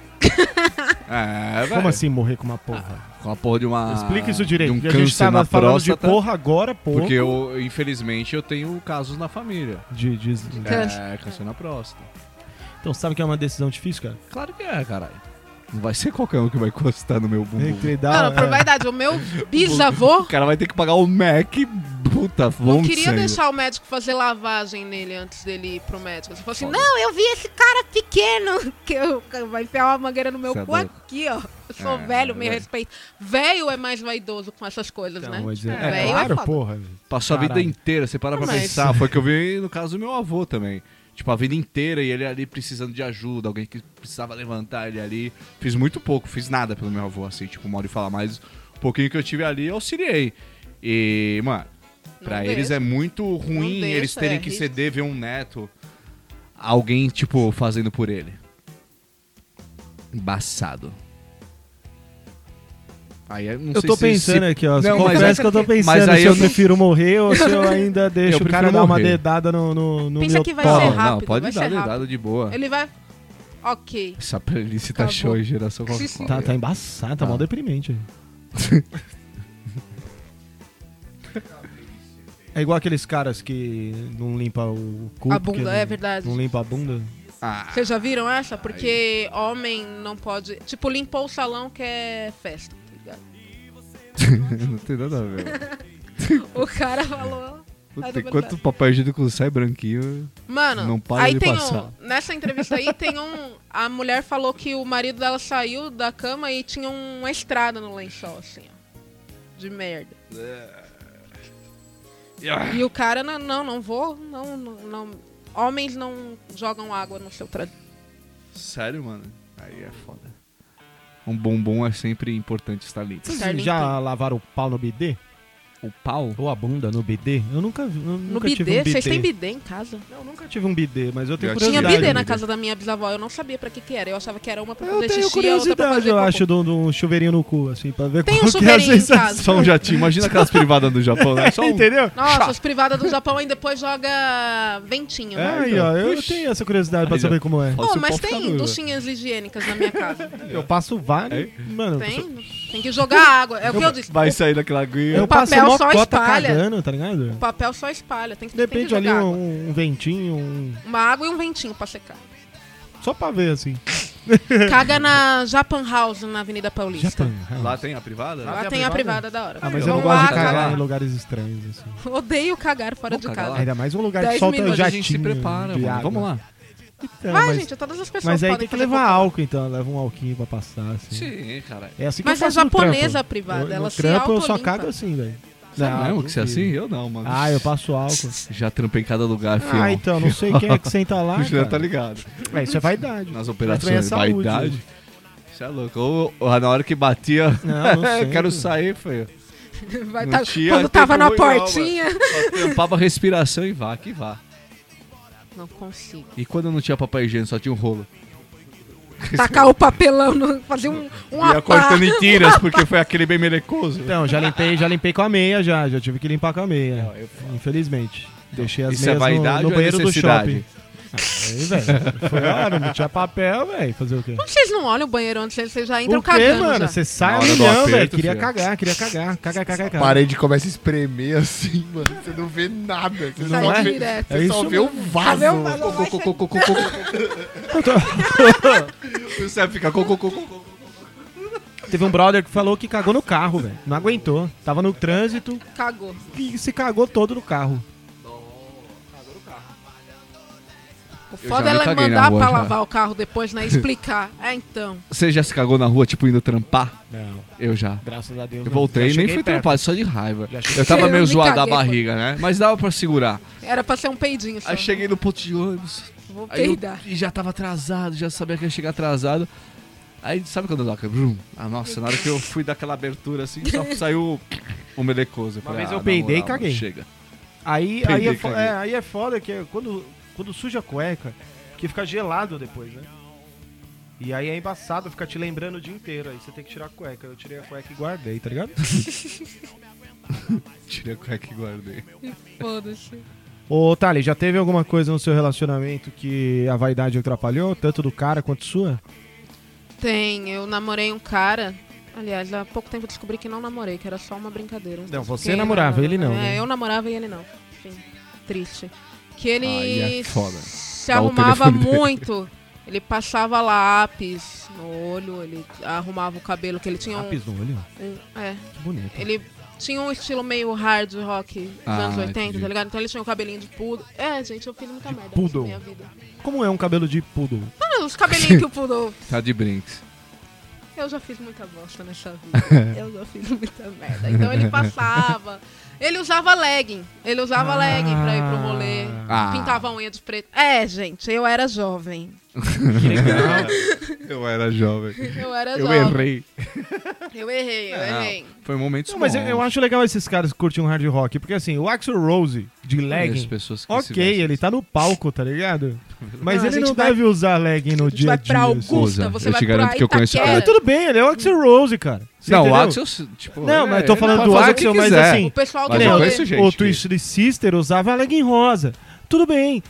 S1: é, velho.
S2: Como assim morrer com uma porra?
S1: Com a porra de uma.
S2: Explica isso direito.
S1: De um
S2: porque
S1: câncer
S2: a gente tava
S1: na
S2: falando
S1: próstata.
S2: de porra agora, porra.
S1: Porque eu, infelizmente, eu tenho casos na família.
S2: De- de- né?
S5: Câncer.
S1: É, câncer na próstata.
S2: Então sabe que é uma decisão difícil, cara?
S1: Claro que é, caralho. Não vai ser qualquer um que vai encostar no meu bumbum.
S2: Entre dar,
S5: Mano, por
S2: é,
S5: vaidade,
S1: [LAUGHS]
S5: o meu bisavô
S1: O cara vai ter que pagar o Mac, puta,
S5: não
S1: vamos
S5: queria
S1: sangue.
S5: deixar o médico fazer lavagem nele antes dele ir pro médico. Ele falou assim, não, eu vi esse cara pequeno [LAUGHS] que eu, que vai enfiar uma mangueira no meu
S1: Cê é
S5: cu
S1: louco.
S5: aqui, ó. Eu sou
S1: É, Então,
S5: velho, me
S1: velho.
S5: respeita. Velho é mais vaidoso com essas coisas, né?
S2: mas é,
S5: Velho
S2: é claro,
S5: foda.
S2: porra. velho.
S1: Passou a vida
S2: Caralho.
S1: inteira, você para pra
S5: Mas-
S1: pensar. Foi o que eu vi no caso do meu avô também. Tipo, a vida inteira e ele ali precisando de ajuda, alguém que precisava levantar ele ali. Fiz muito pouco, fiz nada pelo meu avô, assim, tipo, mal de falar, mas o pouquinho que eu tive ali eu auxiliei. E, mano,
S5: Não
S1: pra
S5: deixa.
S1: eles é muito ruim
S5: deixa,
S1: eles terem
S5: é,
S1: que
S5: risco.
S1: ceder, ver um neto, alguém, tipo, fazendo por ele. Embaçado. Aí eu não
S2: Eu
S1: sei
S2: tô
S1: se- se
S2: pensando aqui, ó.
S1: Não, [LAUGHS] mas
S2: confesso
S1: é-
S2: que eu tô pensando
S1: mas aí
S2: se
S1: [LAUGHS]
S2: eu,
S1: eu não-
S2: prefiro morrer ou se eu ainda deixo
S1: Eu
S2: o cara
S1: prefiro
S2: dar uma
S1: morrer.
S2: dedada no, no, no
S5: Pensa
S2: meu
S5: que vai
S2: toba.
S5: ser rápido.
S1: não, pode
S5: vai
S1: dar
S5: ser
S1: dedada de boa.
S5: Ele vai... Ok.
S1: Essa playlist tá
S5: Acabou.
S1: show em geração com
S5: Sim, sim.
S2: Tá, tá embaçado, tá
S1: Ah.
S2: mal deprimente. [LAUGHS] é igual aqueles caras que não limpa o cu.
S5: A
S2: porque
S5: bunda,
S2: não,
S5: é verdade.
S2: Não limpa a bunda.
S1: Ah,
S5: Vocês já viram essa? Porque homem não pode. Tipo, limpou o salão que é festa, tá ligado?
S1: não tem nada a
S5: [LAUGHS]
S1: ver.
S5: O cara falou.
S1: Puta,
S5: Ah, não,
S1: enquanto o papel higiênico sai branquinho.
S5: Mano,
S1: Não para
S5: aí
S1: de
S5: tem
S1: passar.
S5: um. Nessa entrevista aí tem um. A mulher falou que o marido dela saiu da cama e tinha uma estrada no lençol, assim, ó. De merda. E o cara, não, não, não vou. Não, não, não- Homens não jogam água no seu traseiro.
S1: Sério, mano? Aí é foda. Um bombom é sempre importante estar limpo.
S2: Vocês
S5: Carlinho
S2: já lavaram o pau no BD?
S1: O pau?
S2: Ou a bunda no BD? Eu nunca vi. eu
S5: No
S2: nunca tive
S5: bidê,
S2: um
S5: vocês têm bidê em casa?
S2: Eu nunca tive um BD, mas eu tenho
S1: Eu tinha
S5: Tinha
S2: curiosidade.
S5: bidê na
S1: bidê.
S5: casa da minha bisavó, eu não sabia pra que que era. Eu achava que era uma pra
S2: Eu
S5: fazer
S2: tenho
S5: xixi, a outra então pra
S2: curiosidade,
S5: fazer
S2: eu
S5: cocô.
S2: acho, de um- de um chuveirinho no cu, assim, pra ver
S5: Tem um
S2: qual que é a
S5: chuveirinho em casa.
S2: sensação.
S1: Só um jatinho. Imagina aquelas privadas do Japão, né?
S5: [LAUGHS]
S1: Só um...
S2: [LAUGHS] Entendeu?
S5: Nossa, os privados do Japão aí depois joga ventinho,
S2: É,
S5: né?
S2: aí, ó, eu
S1: Ixi.
S2: tenho essa curiosidade pra
S1: Aí já-
S2: saber como é.
S1: Pode
S5: Pô,
S1: ser o
S5: mas
S1: pau ficar
S5: tem
S1: duro.
S5: duchinhas higiênicas na minha
S2: [LAUGHS]
S5: casa.
S2: Eu passo vários. Mano,
S5: Tem? Tem que jogar água. É o que eu disse.
S1: Vai sair daquela aguinha.
S2: eu
S5: O papel
S2: passo mó
S5: só
S2: cota
S5: espalha.
S2: cagando, tá ligado?
S5: O papel só espalha. Tem que,
S2: De
S5: tem
S2: repente
S5: que
S2: ali
S5: jogar água.
S2: um, um ventinho, um.
S5: Uma água e um ventinho pra secar.
S2: [LAUGHS] Só pra ver, assim.
S5: Caga na Japan House, na Avenida Paulista.
S2: Japan.
S1: Lá tem a privada?
S5: Lá
S2: tem a
S5: tem a
S2: privada?
S5: privada da hora.
S2: Ah, é. mas
S5: Vamos
S2: eu não
S1: Vamos
S2: gosto
S5: lá
S2: de cagar
S1: cagar.
S2: em lugares estranhos, assim.
S5: Odeio cagar fora
S1: Vamos
S5: de
S1: cagar
S5: casa.
S1: lá?
S2: Ainda mais um lugar que
S5: Dez
S2: solta
S5: minutos.
S1: Mas
S2: jatinho.
S1: a gente se prepara,
S2: de
S1: mano.
S2: água.
S1: Vamos lá.
S2: Então,
S5: Vai,
S2: mas,
S5: Ah, gente, todas as pessoas
S2: mas aí tem
S5: podem
S2: que
S5: fazer
S2: levar
S5: cocô.
S2: álcool, então. Leva um alquinho pra passar, assim.
S1: Sim, caralho.
S2: É assim que
S5: Mas
S2: eu
S5: é
S2: faço no
S5: japonesa a
S2: trampo.
S5: privada,
S2: No-
S5: ela é assim,
S2: no
S5: se
S2: trampo eu só
S5: autolimpa.
S2: cago assim, velho.
S1: Não, mesmo que você é assim? Eu não, mano.
S2: Ah, eu passo álcool.
S1: Já trampei em cada lugar, filho.
S2: Ah, então, não sei quem é que senta lá.
S1: [LAUGHS] O Juliano
S2: cara.
S1: tá ligado.
S2: É, isso é vaidade.
S1: Nas
S2: Mas
S1: operações,
S2: também é saúde,
S1: vaidade.
S2: né?
S1: Isso é louco. Ou, ou na hora que batia, [LAUGHS]
S2: Não, não sei,
S1: quero
S2: cara.
S1: sair, foi.
S5: Vai
S1: Não
S5: tá-
S1: tinha tempo
S5: Quando tava na
S1: ruim, não,
S5: portinha.
S1: Só Tampava um a respiração e vá, que vá.
S5: [LAUGHS] Não consigo.
S1: E quando não tinha papel higiênico, só tinha um rolo.
S5: Tacar o papelão, no... fazer um, um
S1: Ia
S5: apá.
S1: cortando em tiras, porque foi aquele bem melecoso.
S2: Então, já limpei, já limpei com a meia já, já tive que limpar com a meia.
S1: Não, eu-
S2: Infelizmente. Deixei as
S1: Isso é
S2: meias no-
S1: vaidade
S2: no,
S1: ou é
S2: banheiro do
S1: necessidade?
S2: shopping. Ah, Aí, velho. Foi lá, não tinha papel, velho. Fazer o quê?
S5: Como [LAUGHS] vocês não olham o banheiro antes? Vocês já entram
S2: o quê,
S5: cagando
S2: mano?
S5: já.
S2: Você sai
S1: Na
S2: a
S1: hora do
S2: milhão,
S1: aperto,
S2: velho. Queria
S1: filho.
S2: cagar, queria cagar. Cagar, cagar, cagar.
S4: Parede começa a espremer assim, mano. Você não vê nada. Você
S2: Não
S4: só
S2: é?
S4: vê,
S5: direto.
S4: você
S2: É
S4: só
S2: isso
S4: vê o vaso.
S1: Então, [LAUGHS] Você vai ficar co- co- co- co- co-
S2: Teve um brother que falou que cagou no carro, velho. Não aguentou. Tava no trânsito
S5: Cagou.
S2: e se cagou todo no carro.
S5: O
S1: já
S5: foda
S1: me
S5: ela é
S1: caguei né, na
S5: mandar
S1: rua
S5: pra
S1: já.
S5: lavar o carro depois, né? Explicar. É, então.
S1: Você já se cagou na rua, tipo, indo trampar?
S2: Não,
S1: Eu já.
S2: graças a Deus.
S1: Eu voltei e nem fui trampar, só de raiva. Eu tava
S5: Eu
S1: meio
S5: me
S1: zoado da
S5: caguei, pô.
S1: barriga, né? Mas dava pra segurar.
S5: Era pra ser um peidinho só.
S1: Aí cheguei no ponto de ônibus,
S5: Vou
S1: Aí eu-
S5: peidar.
S1: e já tava atrasado, já sabia que ia chegar atrasado. Aí sabe quando dá aquela- brum? Ah, nossa, na hora que eu fui daquela abertura assim, só saiu o melecoso. "Ah,
S2: Uma vez eu peidei e caguei."
S1: Chega.
S2: Aí, aí,
S1: Peidei,
S2: é, fo-
S1: caguei.
S2: é, aí é foda que é quando, quando suja a cueca, que fica gelado depois, né? E aí é embaçado, fica te lembrando o dia inteiro. Aí você tem que tirar a cueca. Eu tirei a cueca e guardei, tá ligado?
S1: Tirei a cueca e guardei.
S5: Foda-se.
S7: [LAUGHS] Ô, Thali, já teve alguma coisa no seu relacionamento que a vaidade atrapalhou, tanto do cara quanto sua?
S5: Tem, eu namorei um cara. Aliás, há pouco tempo eu descobri que não namorei, que era só uma brincadeira.
S7: Não, você
S5: Fiquei
S7: namorava,
S5: namorando.
S7: ele não,
S5: É,
S7: né?
S5: eu namorava e ele não. Enfim, triste. Que ele
S1: Aí é foda.
S5: se
S1: Dá o
S5: arrumava
S1: telefone dele.
S5: muito. Ele passava lápis no olho, ele arrumava o cabelo, que ele tinha um.
S7: Lápis no olho?
S5: um- é,
S7: Ah, Que bonito.
S5: ele tinha um estilo meio hard rock dos
S1: Ah,
S5: anos 80,
S1: entendi.
S5: tá ligado? Então ele tinha um cabelinho de poodle. É, gente, eu fiz muita merda
S7: poodle.
S5: na minha vida.
S7: Como é um cabelo de poodle?
S5: Ah, os cabelinhos que o poodle.
S1: Tá de brinks.
S5: Eu já fiz muita bosta nessa vida.
S1: [LAUGHS]
S5: Eu já fiz muita merda. Então ele passava. Ele usava legging. Ele usava legging pra ir pro rolê.
S1: Ah.
S5: Pintava a unha de preto. É, gente, eu era jovem.
S1: Eu era jovem.
S5: Eu era
S1: Eu
S5: jovem.
S1: errei.
S5: Eu errei, eu
S1: Não.
S5: errei.
S1: Foi um momento
S7: Não, mas eu, eu acho legal esses caras que curtem um hard rock, porque assim, o Axel Rose, de
S1: As
S7: legging,
S1: pessoas que se
S7: ok,
S1: vestem.
S7: ele tá no palco, tá ligado? Mas
S5: Não, a
S7: ele
S5: gente
S7: não
S5: vai-
S7: deve usar legging no
S5: A gente
S7: dia a
S5: vai
S7: dia.
S5: pra
S7: assim.
S5: Augusta,
S1: Usa.
S5: você
S1: Eu
S5: vai
S1: te garanto
S5: pra
S1: que eu conheço o
S5: Itaquera.
S1: cara.
S7: Mas tudo bem, ele é o Axel Rose, cara. Você
S1: Não, o
S7: entendeu?
S1: Axel, tipo.
S7: Não, mas
S1: é,
S7: tô
S1: ele
S7: falando
S1: pode
S7: do
S1: fazer o
S7: Axel,
S1: que
S7: mas
S1: quiser.
S7: assim,
S5: O pessoal do
S1: Mas
S7: eu
S5: rolê.
S1: conheço gente
S7: O
S1: que-
S7: Twisted Sister usava legging rosa. Tudo bem.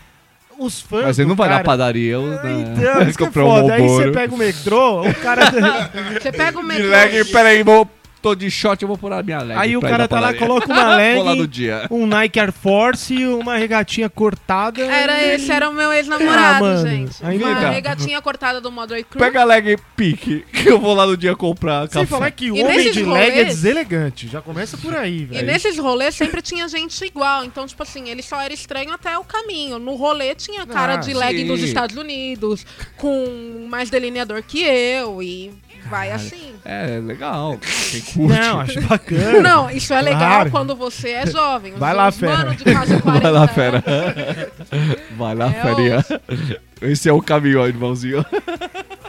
S7: Os fãs
S1: Mas ele
S7: do
S1: não vai na
S7: cara...
S1: padaria. Eu,
S7: Ah,
S1: né? [LAUGHS]
S7: Então, isso que é
S1: Comprar um
S7: foda. Aí você
S1: Marlboro.
S7: pega o metrô, o cara.
S1: [LAUGHS]
S5: Você pega o
S1: De
S5: metrô.
S1: legging, peraí, vou. Tô de shot, eu vou pôr a minha legging.
S7: aí o
S1: pra ir na
S7: cara tá lá,
S1: padaria. [LAUGHS]
S7: coloca uma
S1: Bola do
S7: legging,
S1: dia.
S7: um Nike Air Force, uma regatinha cortada.
S5: Era
S7: e-
S5: esse, era o meu ex-namorado,
S7: Ah, mano.
S5: gente.
S7: Aí
S5: Uma
S7: vem cá.
S5: regatinha cortada do Modern Crew.
S1: Pega a legging pique, que eu vou lá no dia comprar
S7: Sem
S1: café.
S7: falar que
S5: E
S7: homem
S5: nesses
S7: de leg é
S5: rolês-
S7: deselegante. Já começa por aí,
S5: E
S7: velho.
S5: nesses rolês sempre tinha gente igual. Então, tipo assim, ele só era estranho até o caminho. No rolê tinha cara
S7: Ah,
S5: de leg
S1: sim.
S5: dos Estados Unidos, com mais delineador que eu, e vai assim.
S1: É, legal. Quem curte.
S7: Não, acho bacana.
S5: Não, isso é legal
S7: Claro.
S5: quando você é jovem. Os-
S7: Vai lá,
S5: os
S7: fera.
S5: mano
S7: [LAUGHS]
S5: de quase né? 40
S1: Vai lá,
S5: anos.
S1: fera. Vai lá,
S5: É
S1: ferinha. Esse é o caminho, ó, irmãozinho.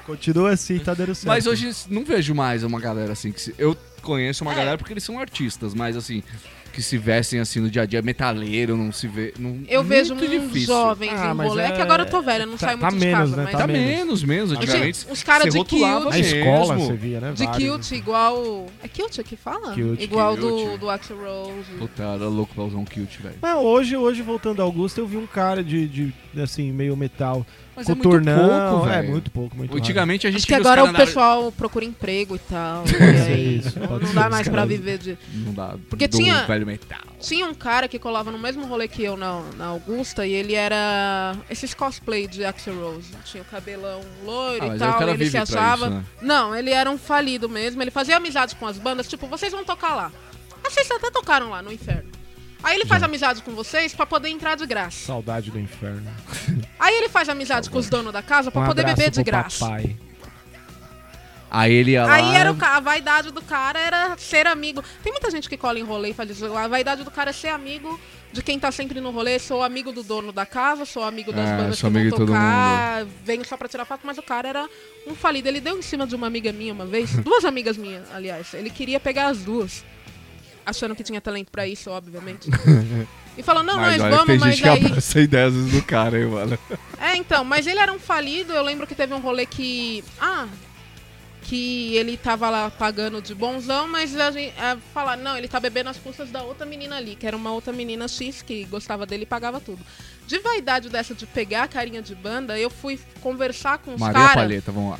S7: Continua assim, tá dando certo.
S1: Mas hoje não vejo mais uma galera assim que se... Eu conheço
S5: É.
S1: uma galera porque eles são artistas, mas assim, que se vestem assim no dia a dia, metaleiro, não se vê. Não,
S5: Eu vejo
S1: muito
S5: uns
S1: difícil.
S5: jovens
S7: Ah,
S5: em
S7: mas
S5: rolê,
S7: é-
S5: que agora eu tô velha, não
S7: tá-
S5: saio
S7: tá
S5: muito
S7: menos,
S5: de casa.
S7: né?
S5: mas
S7: Tá
S1: Tá menos, menos.
S5: Gente,
S1: Antigamente,
S5: os caras
S1: você
S5: de
S1: rotulava
S7: Na
S5: quilt.
S1: mesmo.
S7: escola você via, né?
S5: De
S7: Vários.
S5: cute igual. É cute que fala?
S7: Cute,
S5: igual do,
S1: cute.
S5: do Axel Rose.
S1: Puta, eu era louco pra usar um kilt, velho.
S7: Mas É, hoje, hoje, voltando a Augusta, eu vi um cara de, de assim, meio metal.
S1: Mas é muito
S7: Coturnão.
S1: pouco,
S7: é,
S1: velho.
S7: muito pouco, muito
S1: Antigamente a gente
S5: Acho que
S1: via os
S5: agora
S1: cara
S5: o
S1: na-
S5: pessoal procura emprego e tal. e aí
S7: isso,
S5: não
S7: pode
S5: não
S7: ser,
S5: dá
S7: os
S5: mais pra
S7: caras-
S5: viver de.
S1: Não dá.
S5: Porque
S1: do
S5: tinha-
S1: Velho metal.
S5: Tinha um cara que colava no mesmo rolê que eu na, na Augusta e ele era. Esses cosplay de Axel Rose. Tinha o cabelão loiro
S1: Ah,
S5: e
S1: mas aí o
S5: tal,
S1: cara
S5: ele
S1: vive
S5: se
S1: pra
S5: achava.
S1: isso, né?
S5: Não, ele era um falido mesmo. Ele fazia amizade com as bandas, tipo, vocês vão tocar lá. Ah, Vocês até tocaram lá no inferno. Aí ele faz amizade com vocês pra poder entrar de graça.
S7: Saudade do inferno.
S5: Aí ele faz amizade com os donos da casa pra
S7: Um
S5: poder
S7: abraço
S5: beber de
S7: pro
S5: graça.
S7: Papai.
S1: Aí ele ia lá.
S5: Aí era o ca- a vaidade do cara era ser amigo. Tem muita gente que cola em rolê e faz isso. A vaidade do cara é ser amigo de quem tá sempre no rolê. Sou amigo do dono da casa, sou amigo das
S1: É,
S5: bandas que
S1: sou amigo
S5: vão
S1: de todo
S5: tocar. Venho só pra tirar foto, mas o cara era um falido. Ele deu em cima de uma amiga minha uma vez. [LAUGHS] duas amigas minhas, aliás. Ele queria pegar as duas. Achando que tinha talento pra
S1: [LAUGHS]
S5: isso, obviamente. E falou, não,
S1: Mas
S5: nós
S1: olha que
S5: vamos,
S1: tem
S5: mas
S1: gente que
S5: aí...
S1: abraça ideias do cara, hein, mano.
S5: É, então, mas ele era um falido, eu lembro que teve um rolê que. Ah! Que ele tava lá pagando de bonzão, mas a gente é, falar, não, ele tá bebendo as custas da outra menina ali, que era uma outra menina X que gostava dele e pagava tudo. De vaidade dessa de pegar a carinha de banda, eu fui conversar com os
S1: Maria
S5: caras.
S1: Palheta, vamos lá.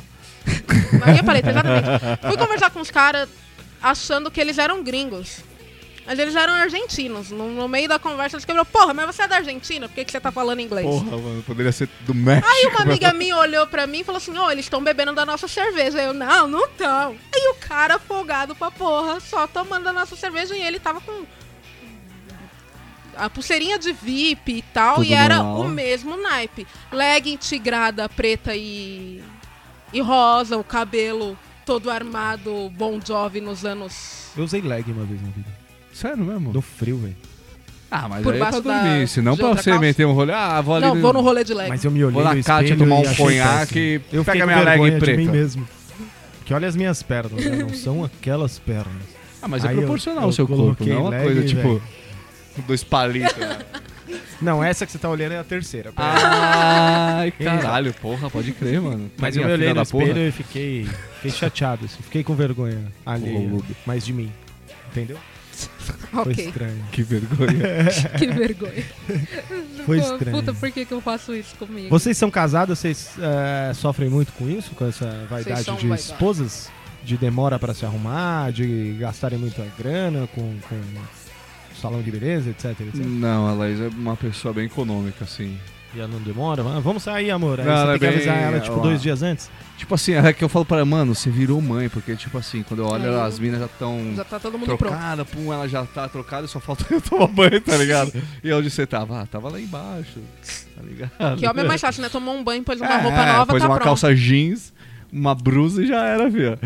S5: Maria Paleta,
S1: [LAUGHS]
S5: exatamente. Fui conversar com os caras achando que eles eram gringos. Mas eles eram argentinos. No, no meio da conversa, eles quebraram, porra, mas você é da Argentina? Por que, que você tá falando inglês?
S1: Porra, mano, poderia ser do México.
S5: Aí
S2: [LAUGHS]
S5: uma amiga minha olhou pra mim e falou assim: Ô, eles estão bebendo da nossa cerveja. Eu, não, não estão. Aí o cara folgado pra porra, só tomando a nossa cerveja e ele tava com a pulseirinha de VIP e tal,
S1: Tudo
S5: e era
S1: normal.
S5: o mesmo naipe. Legging tigrada preta e, e rosa, o cabelo todo armado, Bon Jovi nos anos.
S7: Eu usei leg uma vez na vida.
S1: Sério mesmo?
S7: Do frio, velho.
S1: Ah, mas
S5: Por
S1: aí é pra
S5: baixo da-
S1: dormir. Se não
S5: de
S1: pra
S5: outra
S1: você
S5: calça.
S1: meter um rolê, ah, vou ali.
S5: Não, vou no rolê de leg.
S2: Mas eu me olhei
S1: Vou na
S2: no
S1: Cátia
S2: espelho
S1: tomar
S2: e
S1: um
S2: achei péssimo.
S1: conhaque. Pega
S2: Eu fiquei
S1: minha
S2: com vergonha
S1: leg
S2: de mim
S1: preta.
S2: mesmo. Porque olha as minhas pernas, né? não são aquelas pernas.
S1: Ah, mas é
S2: Aí eu-
S1: proporcional
S2: eu
S1: o seu corpo,
S2: coloquei
S1: não é uma
S2: leg,
S1: coisa tipo.
S2: velho.
S1: Dois
S2: [LAUGHS]
S1: palitos. né?
S2: Não, essa que você tá olhando é a terceira.
S1: Ah,
S2: pera.
S1: Ai, caralho, porra, pode crer, mano.
S2: Mas
S1: Minha
S2: eu me olhei
S1: filha
S2: no
S1: da porra.
S2: espelho e fiquei, fiquei chateado, assim. Fiquei com vergonha alheia, mas de mim. Entendeu? Foi
S5: [LAUGHS] ok,
S2: estranho.
S1: Que
S2: [LAUGHS]
S1: vergonha.
S5: que vergonha.
S2: Foi
S5: Pô,
S2: estranho.
S5: Puta, por que, que eu faço isso comigo?
S2: Vocês são casados, vocês eh, sofrem muito com isso? Com essa vaidade
S5: são
S2: de
S5: vaidosos.
S2: esposas? De demora pra se arrumar, de gastarem muita grana com, com salão de beleza, etc, etc.
S1: Não, a Laís é uma pessoa bem econômica, assim.
S2: E ela não demora? Ah, Vamos sair, amor. Aí
S1: Não,
S2: você
S1: ela
S2: tem que
S1: é bem-
S2: avisar ela, tipo,
S1: ó.
S2: dois dias antes.
S1: Tipo assim, é que eu falo pra ela, mano, você virou mãe, porque, tipo assim, quando eu olho,
S5: É.
S1: as minas já estão
S5: Já tá todo mundo pronto.
S1: trocada, pum, ela já tá trocada, só falta [LAUGHS] eu tomar banho, tá ligado? E onde você tava? Ah, tava lá embaixo, tá ligado?
S5: Que homem é mais chato, né? Tomou um banho, pôs uma
S1: É,
S5: roupa nova,
S1: pôs
S5: tá
S1: uma
S5: pronto.
S1: calça jeans, uma blusa e já era,
S5: [LAUGHS]
S1: viu?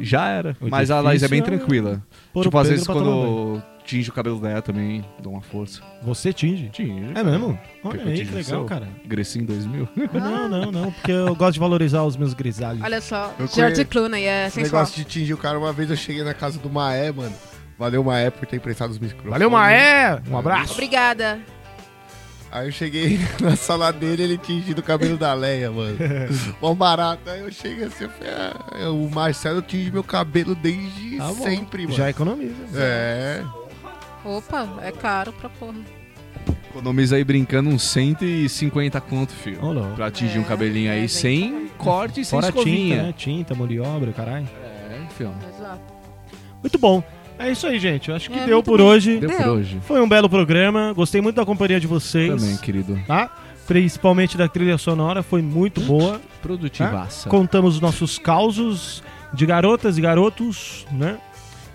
S1: Já era.
S2: O
S1: Mas a Laís é bem
S2: difícil é
S1: tranquila.
S2: Pôr
S1: tipo,
S2: o
S1: às
S2: Pedro
S1: vezes
S2: pra tomar
S1: quando tinge o cabelo dela também, dou uma força.
S2: banho. Você tinge.
S1: Tinge.
S2: É mesmo? Olha
S1: Pegou
S2: aí,
S1: tinge
S2: que
S1: no
S2: legal,
S1: seu?
S2: cara.
S1: Grecinho
S5: [LAUGHS]
S1: 2000.
S2: Ah, Não, não, não, porque eu gosto de valorizar os meus grisalhos.
S5: Olha só,
S4: Eu
S5: George
S4: conheço.
S5: Clooney é
S4: Esse
S5: sensual.
S4: negócio de tingir o cara, uma vez eu cheguei na casa do Maé, mano. Valeu, Maé, por ter emprestado os microfones.
S2: Valeu, Maé! Um abraço.
S5: Obrigada.
S4: Aí eu cheguei [LAUGHS] na sala dele, ele tingindo o cabelo da
S2: [LAUGHS]
S4: Leia, mano. Mó barato. Aí eu cheguei assim, eu falei, ah, o Marcelo tinge meu cabelo desde
S2: Tá bom.
S4: sempre, mano.
S2: Já economiza.
S4: É.
S5: Opa, é caro pra porra.
S1: Economiza aí brincando uns 150 conto, filho.
S2: Ô, louco.
S1: Pra atingir um
S5: É,
S1: cabelinho aí
S5: é,
S1: sem corte e sem
S2: Fora tinta,
S1: escovinha.
S2: né? Tinta, mão de obra, caralho.
S1: É, filho.
S5: Exato.
S2: Muito bom. É isso aí, gente. Eu acho que
S5: É,
S2: deu
S5: muito
S2: por
S5: bom.
S2: hoje.
S1: Deu por
S5: Deu.
S1: hoje.
S2: Foi um belo programa. Gostei muito da companhia de vocês.
S1: Também, querido.
S2: Tá? Principalmente da trilha sonora. Foi muito boa.
S1: Produtivaça.
S2: Contamos os nossos causos de garotas e garotos, né?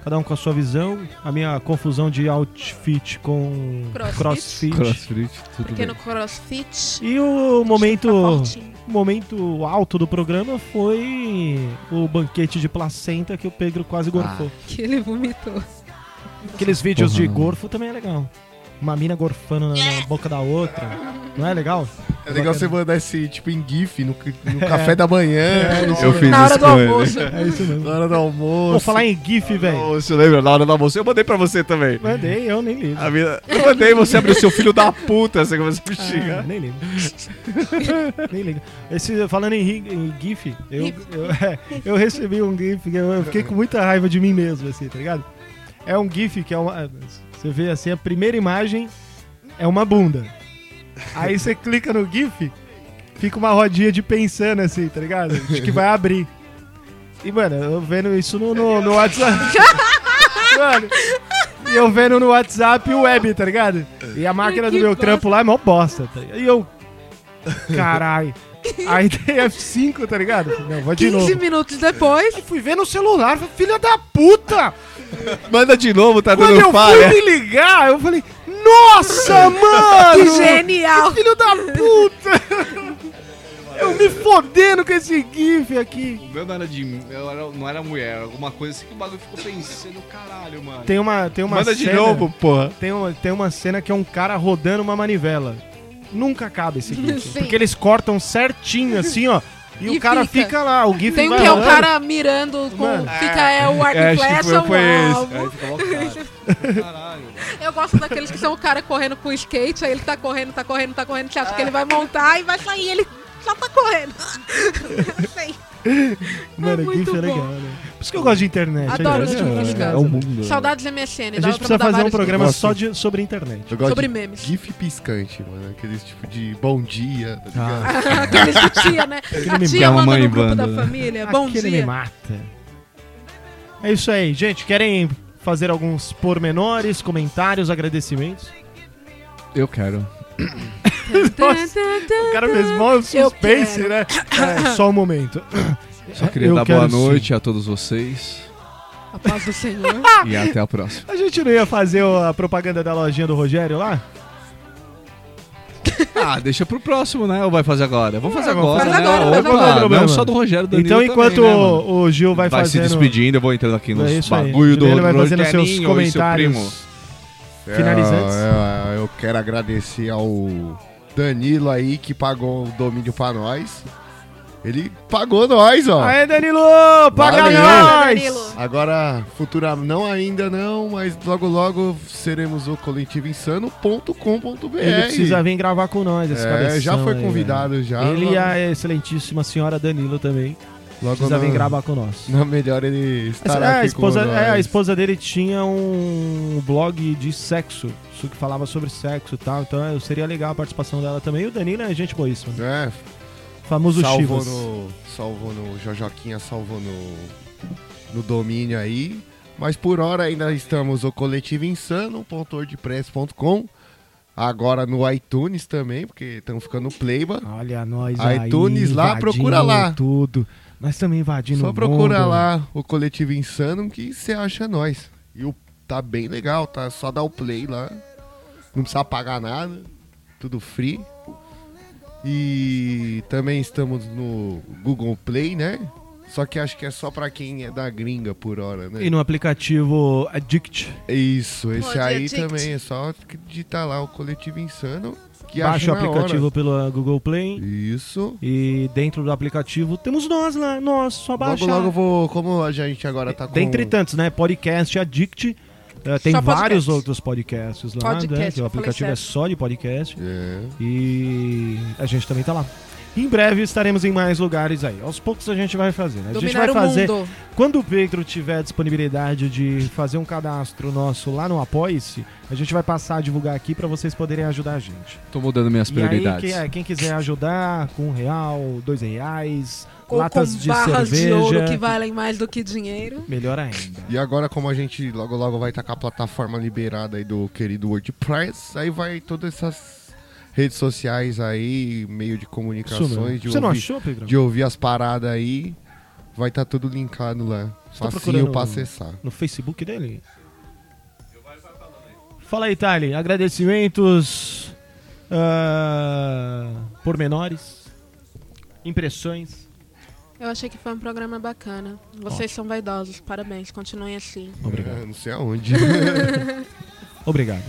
S2: Cada um com a sua visão. A minha confusão de outfit com
S5: Crossfit.
S2: crossfit.
S1: assim? Crossfit, tudo bem. Oh.
S5: Pequeno crossfit.
S2: E o
S5: Tá
S2: momento,
S5: fortinho.
S2: o momento alto do programa foi o banquete de placenta que o Pedro quase gorfou.
S5: Que ele vomitou.
S2: Aqueles vídeos
S1: Porra,
S2: de
S1: não.
S2: gorfo também é legal. Uma mina gorfando na, na boca da outra. Não é legal?
S4: É legal você mandar esse tipo em GIF no, no
S2: [LAUGHS]
S4: café da manhã, no-
S1: Eu fiz
S5: Na hora
S1: isso
S5: do
S1: com ele. [LAUGHS]
S5: almoço.
S2: É isso É, mesmo.
S4: na hora do almoço.
S2: Vou falar em GIF, velho.
S1: Ô, Você lembra? Na hora da almoço eu mandei pra você também.
S2: Mandei, eu nem ligo.
S1: A vida... Eu mandei você abrir o seu filho da puta, você começou a me
S2: Ah,
S1: xingar.
S2: nem ligo. [LAUGHS] nem ligo. Esse, falando em, ri- em GIF, eu, eu, [LAUGHS] é, eu recebi um GIF que eu, eu fiquei com muita raiva de mim mesmo, assim, tá ligado? É um GIF que é uma. Você vê assim, a primeira imagem é uma bunda. Aí você clica no GIF, fica uma rodinha de pensando, assim, tá ligado? De que vai abrir. E, mano, eu vendo isso no, no, no
S5: [LAUGHS]
S2: WhatsApp. mano. E eu vendo no WhatsApp o web, tá ligado? E a máquina
S5: Ai,
S2: do
S5: que
S2: meu
S5: bosta.
S2: trampo lá é mó bosta. Tá ligado? E eu. Caralho. Aí tem F5, tá ligado? Não, vou de
S5: 15
S2: novo.
S5: minutos depois,
S2: Aí fui ver no celular, falei, filha da puta!
S1: É. Manda de novo, tá
S2: Quando eu
S1: dando
S2: fui
S1: falha.
S2: me ligar, eu falei, nossa, mano!
S5: [LAUGHS] que
S1: um
S5: genial!
S2: Filho da puta!
S5: [LAUGHS]
S2: Eu me fodendo com esse GIF aqui.
S1: O meu não era de. eu era- não era mulher, era alguma coisa assim que o bagulho ficou pensando, caralho, mano.
S2: Tem uma, tem uma
S1: Manda
S2: cena,
S1: de novo, porra.
S2: Tem uma, tem uma cena que é um cara rodando uma manivela. Nunca acaba esse GIF.
S5: Sim.
S2: Porque eles cortam certinho, assim, ó. E,
S5: E
S2: o cara
S5: fica.
S2: fica, lá, o GIF
S5: Tem um
S2: vai
S5: que é o
S2: rolando.
S5: cara mirando com.
S2: Mano.
S5: Fica é o arco e flecha,
S1: tipo, eu
S5: o alvo.
S1: Aí fica mó cara. Caralho.
S5: [LAUGHS] Eu gosto daqueles que são o cara correndo com skate, aí ele tá correndo, tá correndo, tá correndo, você acha que ele vai montar e vai sair, ele só tá correndo. Sei.
S2: Mano,
S5: É
S2: o GIF
S5: muito
S2: é legal,
S5: bom.
S2: né? Por isso que eu gosto de internet. é
S5: Adoro os
S2: legal.
S5: tipos de casa.
S1: mundo. né?
S5: Saudades de MSN,
S2: A gente precisa fazer um
S5: [LAUGHS]
S2: programa só de, sobre internet.
S4: Eu gosto
S5: sobre
S4: de
S5: memes.
S4: GIF piscante, mano. Aqueles tipo de bom dia, tá
S2: Ah,
S4: ligado?
S2: [LAUGHS]
S5: Aqueles de tia, né? A
S2: me-
S1: que a
S5: tia manda
S1: mamãe
S5: no grupo
S1: manda,
S5: da
S1: né?
S5: família. Bom
S2: Aquele me
S5: dia.
S2: mata. É isso aí, gente. Querem fazer alguns pormenores, comentários, agradecimentos?
S1: Eu quero.
S2: [LAUGHS] O cara fez mó suspense,
S5: Hum, quero.
S2: né?
S5: [COUGHS]
S2: É, só um momento.
S1: Só queria
S2: Eu
S1: dar
S2: quero
S1: boa
S2: sim.
S1: noite a todos vocês.
S5: A paz do Senhor.
S1: E até a próxima.
S2: A gente não ia fazer a propaganda da lojinha do Rogério lá?
S1: Ah, deixa pro próximo, né? Ou vai fazer agora? Vamos fazer
S2: Ah, vamos
S1: agora, né?
S5: fazer agora, faz
S1: Opa,
S2: agora.
S1: Não
S2: Problema.
S1: só do Rogério Danilo
S2: então,
S1: também,
S2: enquanto
S1: né, mano?
S2: o, o Gil vai,
S1: vai, se
S2: fazendo...
S1: despedindo, eu vou entrando aqui nos
S2: É isso aí.
S1: bagulho do
S2: Ele vai
S1: Rogerinho
S2: fazendo seus
S1: e seu
S2: comentários.
S1: primo. É,
S2: Finalizantes?
S4: É, Eu, eu- eu quero agradecer ao Danilo aí que pagou o domínio pra nós. Ele pagou nós, ó.
S2: Aê, Danilo! Paga
S4: Valeu.
S2: nós!
S4: Agora, futura não ainda não, mas logo logo seremos o coletivoinsano.com.br.
S1: É
S2: Ele precisa vir gravar com nós, esse
S4: é,
S2: cabeção
S4: já foi
S2: aí,
S4: convidado já.
S2: velho. Ele
S4: logo,
S2: e a excelentíssima senhora Danilo também.
S4: Tá logo
S2: Precisa vir
S4: na-
S2: gravar com nós.
S4: Na melhor ele
S2: Essa-
S4: estará
S2: é, a
S4: aqui
S2: esposa,
S4: com nós.
S2: é, a esposa dele tinha um blog de sexo, isso que falava sobre sexo e tal, então é, seria legal a participação dela também. E o Danilo é gente boíssima. né?
S4: É,
S2: Famoso
S4: salvou
S2: Chivas.
S4: no, salvou no Jojoquinha, salvou no, no domínio aí. Mas por hora ainda estamos o coletivo insano.wordpress.com. Agora no iTunes também, porque estamos ficando pleiba.
S2: Olha nós aí,
S4: iTunes lá,
S2: invadindo
S4: procura lá.
S2: tudo. Nós também invadindo
S4: Só
S2: o
S4: procura
S2: mundo.
S4: lá o coletivo insano que você acha nós. E o, tá bem legal, tá? Só dá o play lá. Não precisa pagar nada. Tudo free. E também estamos no Google Play, né? Só que acho que é só pra quem é da gringa por hora, né?
S2: E no aplicativo Addict.
S4: Isso, esse
S5: Pode
S4: aí
S5: addict.
S4: também é só digitar lá o coletivo insano que
S2: Baixa o
S4: acha na hora.
S2: aplicativo pela Google Play.
S4: Isso.
S2: E dentro do aplicativo temos nós lá, nós, só
S4: Logo,
S2: baixa.
S4: logo eu vou. Como a gente agora tá com.
S2: Dentre tantos, né? Podcast Addict. eh, tem
S5: Só podcast.
S2: vários outros podcasts lá,
S5: Podcast,
S2: né? que O
S5: eu falei
S2: aplicativo é
S5: certo.
S2: só de podcast.
S4: É.
S2: E a gente também tá lá. Em breve estaremos em mais lugares aí. Aos poucos a gente vai fazer, né? A gente
S5: Dominar
S2: vai
S5: o
S2: fazer.
S5: mundo.
S2: Quando o Pedro tiver disponibilidade de fazer um cadastro nosso lá no Apoia-se, a gente vai passar a divulgar aqui pra vocês poderem ajudar a gente.
S1: Tô mudando minhas
S2: E aí,
S1: prioridades.
S2: quem, é, quem quiser ajudar com um real, dois reais,
S5: Ou
S2: latas
S5: com
S2: de
S5: barras
S2: cerveja.
S5: de ouro que valem mais do que dinheiro.
S2: Melhor ainda.
S4: E agora, como a gente logo logo vai estar com a plataforma liberada aí do querido WordPress, aí vai todas essas redes sociais aí, meio
S2: Isso
S4: de
S2: mesmo.
S4: comunicações, né? de
S2: Você não
S4: ouvir,
S2: achou, Pedro?
S4: de ouvir as paradas aí, vai estar tudo linkado lá.
S2: tá
S4: Facinho
S2: procurando-
S4: pra acessar.
S2: No Facebook dele? Fala aí, Thali. Agradecimentos, ah, pormenores, impressões.
S5: Eu achei que foi um programa bacana. Vocês são vaidosos, parabéns, continuem assim.
S2: Obrigado.
S4: É, não sei aonde. [LAUGHS]
S2: Obrigado.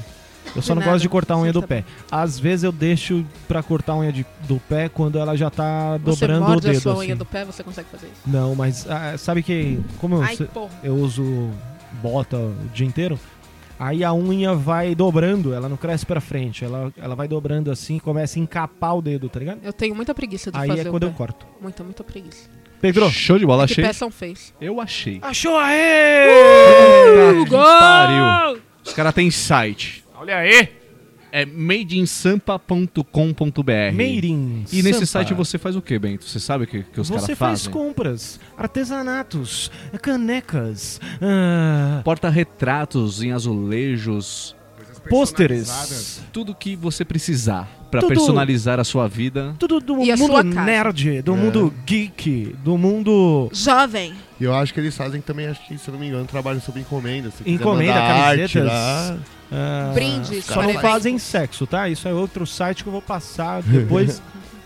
S2: Eu só não
S5: De nada.
S2: gosto de cortar a unha
S5: Você
S2: do
S5: tá
S2: pé. Às vezes eu deixo pra cortar a unha de- do pé quando ela já tá
S5: Você
S2: dobrando o
S5: morde
S2: dedo.
S5: a sua unha
S2: assim.
S5: do pé, você consegue fazer isso.
S2: Não, mas ah, sabe que. Como eu,
S5: Ai,
S2: se-
S5: porra.
S2: eu uso bota o dia inteiro, aí a unha vai dobrando, ela não cresce pra frente. Ela, ela vai dobrando assim e começa a encapar o dedo, tá ligado?
S5: Eu tenho muita preguiça de
S2: Aí
S5: fazer
S2: é
S5: o
S2: quando
S5: pé.
S2: eu corto.
S5: Muita, muita preguiça.
S2: Pedro,
S1: Show de bola,
S5: Que
S1: achei.
S5: pés são feios.
S1: Eu achei.
S2: achou aê!
S1: Puta que pariu. Os caras têm site.
S2: Olha aí!
S1: É madeinsampa.com.br.
S2: Meirin.
S1: E nesse site você faz o que, Bento? Você sabe o que, que os caras
S2: Você
S1: fazem?
S2: faz compras, artesanatos, canecas, ah,
S1: Porta-retratos em azulejos.
S2: pôsteres.
S1: Tudo que você precisar pra
S2: Tudo.
S1: personalizar a sua vida.
S2: Tudo do
S5: E a
S2: mundo
S5: sua casa?
S2: nerd, do mundo geek, do mundo
S5: Jovem,
S4: E eu acho que eles fazem também, acho que, se eu não me engano, trabalham sobre encomenda. Se quiser
S2: encomenda,
S4: mandar arte
S2: camisetas.
S4: lá.
S2: ah,
S5: brindes,
S2: Só não
S5: parabéns.
S2: fazem sexo, tá? Isso é outro site que eu vou passar
S1: [LAUGHS]
S2: depois.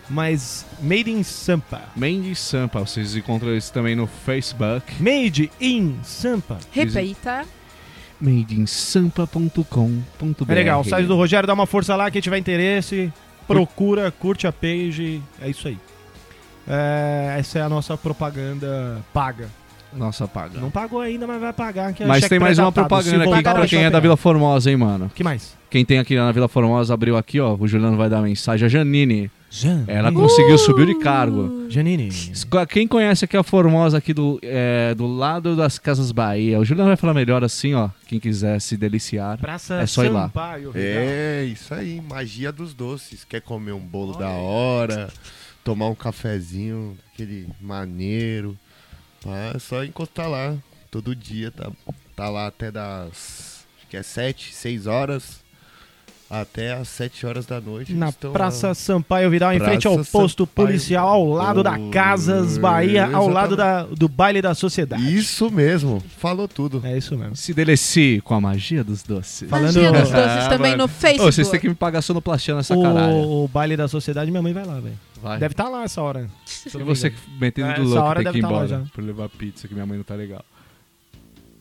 S2: mas Made in Sampa.
S1: Mandy Sampa, vocês encontram isso também no Facebook.
S2: Made in Sampa.
S5: Repita.
S1: madeinsampa.com.br
S2: É legal. O site do Rogério, dá uma força lá. Quem tiver interesse, procura, curte a page. É isso aí. É, essa é a nossa propaganda paga.
S1: Nossa, paga.
S2: Não pagou ainda, mas vai pagar. Que é
S1: Tá. Mas
S2: cheque
S1: tem mais uma
S2: pré-datado.
S1: propaganda
S2: Se
S1: aqui
S2: voltar,
S1: pra
S2: deixa
S1: quem é
S2: eu
S1: da
S2: pegar.
S1: Vila Formosa, hein, mano?
S2: que mais?
S1: Quem tem aqui na Vila Formosa abriu aqui, ó. O Juliano vai dar mensagem. A Janine.
S2: Jan,
S1: Ela É conseguiu subir de cargo.
S2: Janine.
S1: Quem conhece aqui a Formosa aqui do, é, do lado das Casas Bahia, o Juliano vai falar melhor assim, ó. Quem quiser se deliciar.
S2: Praça
S1: É só ir lá.
S2: Sampaio, Vidal.
S4: É, isso aí, magia dos doces. Quer comer um bolo da hora, tomar um cafezinho, aquele maneiro. pá, É só encostar lá. Todo dia tá, tá lá até das. Acho que é 7, 6 horas. Até às 7 horas da noite.
S2: Na
S4: eles estão
S2: Praça
S4: lá.
S2: Sampaio Vidal, em
S4: então, Praça
S2: frente ao posto
S4: Sampaio
S2: policial, ao lado da
S4: Vidal.
S2: Casas Bahia, ao
S4: Exatamente.
S2: lado da- do baile da sociedade.
S4: Isso mesmo, falou tudo.
S2: É isso mesmo.
S1: Se delecie com a magia dos doces.
S2: Falando-
S5: Magia dos doces
S1: Ah,
S5: também
S1: mano.
S5: no
S1: Ô,
S5: Facebook.
S1: vocês têm que me pagar sonoplastia nessa caralho.
S2: O, o baile da sociedade, minha mãe vai lá, velho.
S1: Vai.
S2: Deve estar lá essa hora. Se eu
S1: E
S2: não me
S1: você
S2: engano.
S1: metendo
S2: É,
S1: do
S2: essa
S1: louco
S2: hora
S1: tem que
S2: deve
S1: ir
S2: tá lá
S1: embora
S2: já.
S1: por levar pizza que minha mãe não tá legal.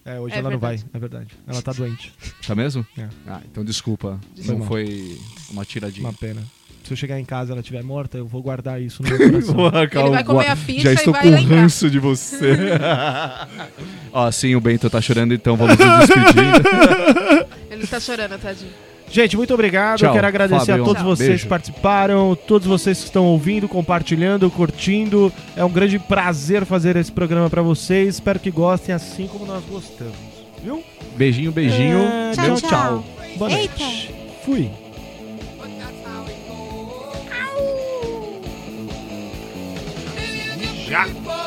S2: É, hoje
S5: É
S2: ela
S5: verdade.
S2: não vai, é verdade. Ela tá doente.
S1: Tá mesmo?
S2: É.
S1: Ah, então desculpa.
S2: Desculpa.
S1: Não foi uma tiradinha.
S2: Uma pena. Se eu chegar em casa e ela estiver morta, eu vou guardar isso no meu
S1: Tá
S2: coração.
S5: Ele vai comer a pizza
S1: Já
S5: e
S1: estou
S5: vai
S1: com
S5: lembrar.
S1: ranço de você. [LAUGHS] Ó, sim, o Bento tá chorando, então vamos nos [LAUGHS] despedir.
S5: Ele tá chorando, tadinho.
S2: Gente, muito obrigado.
S1: Tchau,
S2: Quero agradecer
S1: Fábio. um
S2: a todos
S5: Tchau.
S2: vocês
S1: Beijo.
S2: que participaram, todos vocês que estão ouvindo, compartilhando, curtindo. É um grande prazer fazer esse programa pra vocês. Espero que gostem assim como nós gostamos. Viu?
S1: Beijinho, beijinho.
S2: É,
S9: Tchau,
S2: tchau,
S9: tchau.
S2: tchau. Boa
S9: Eita.
S2: noite. Fui.
S10: Já.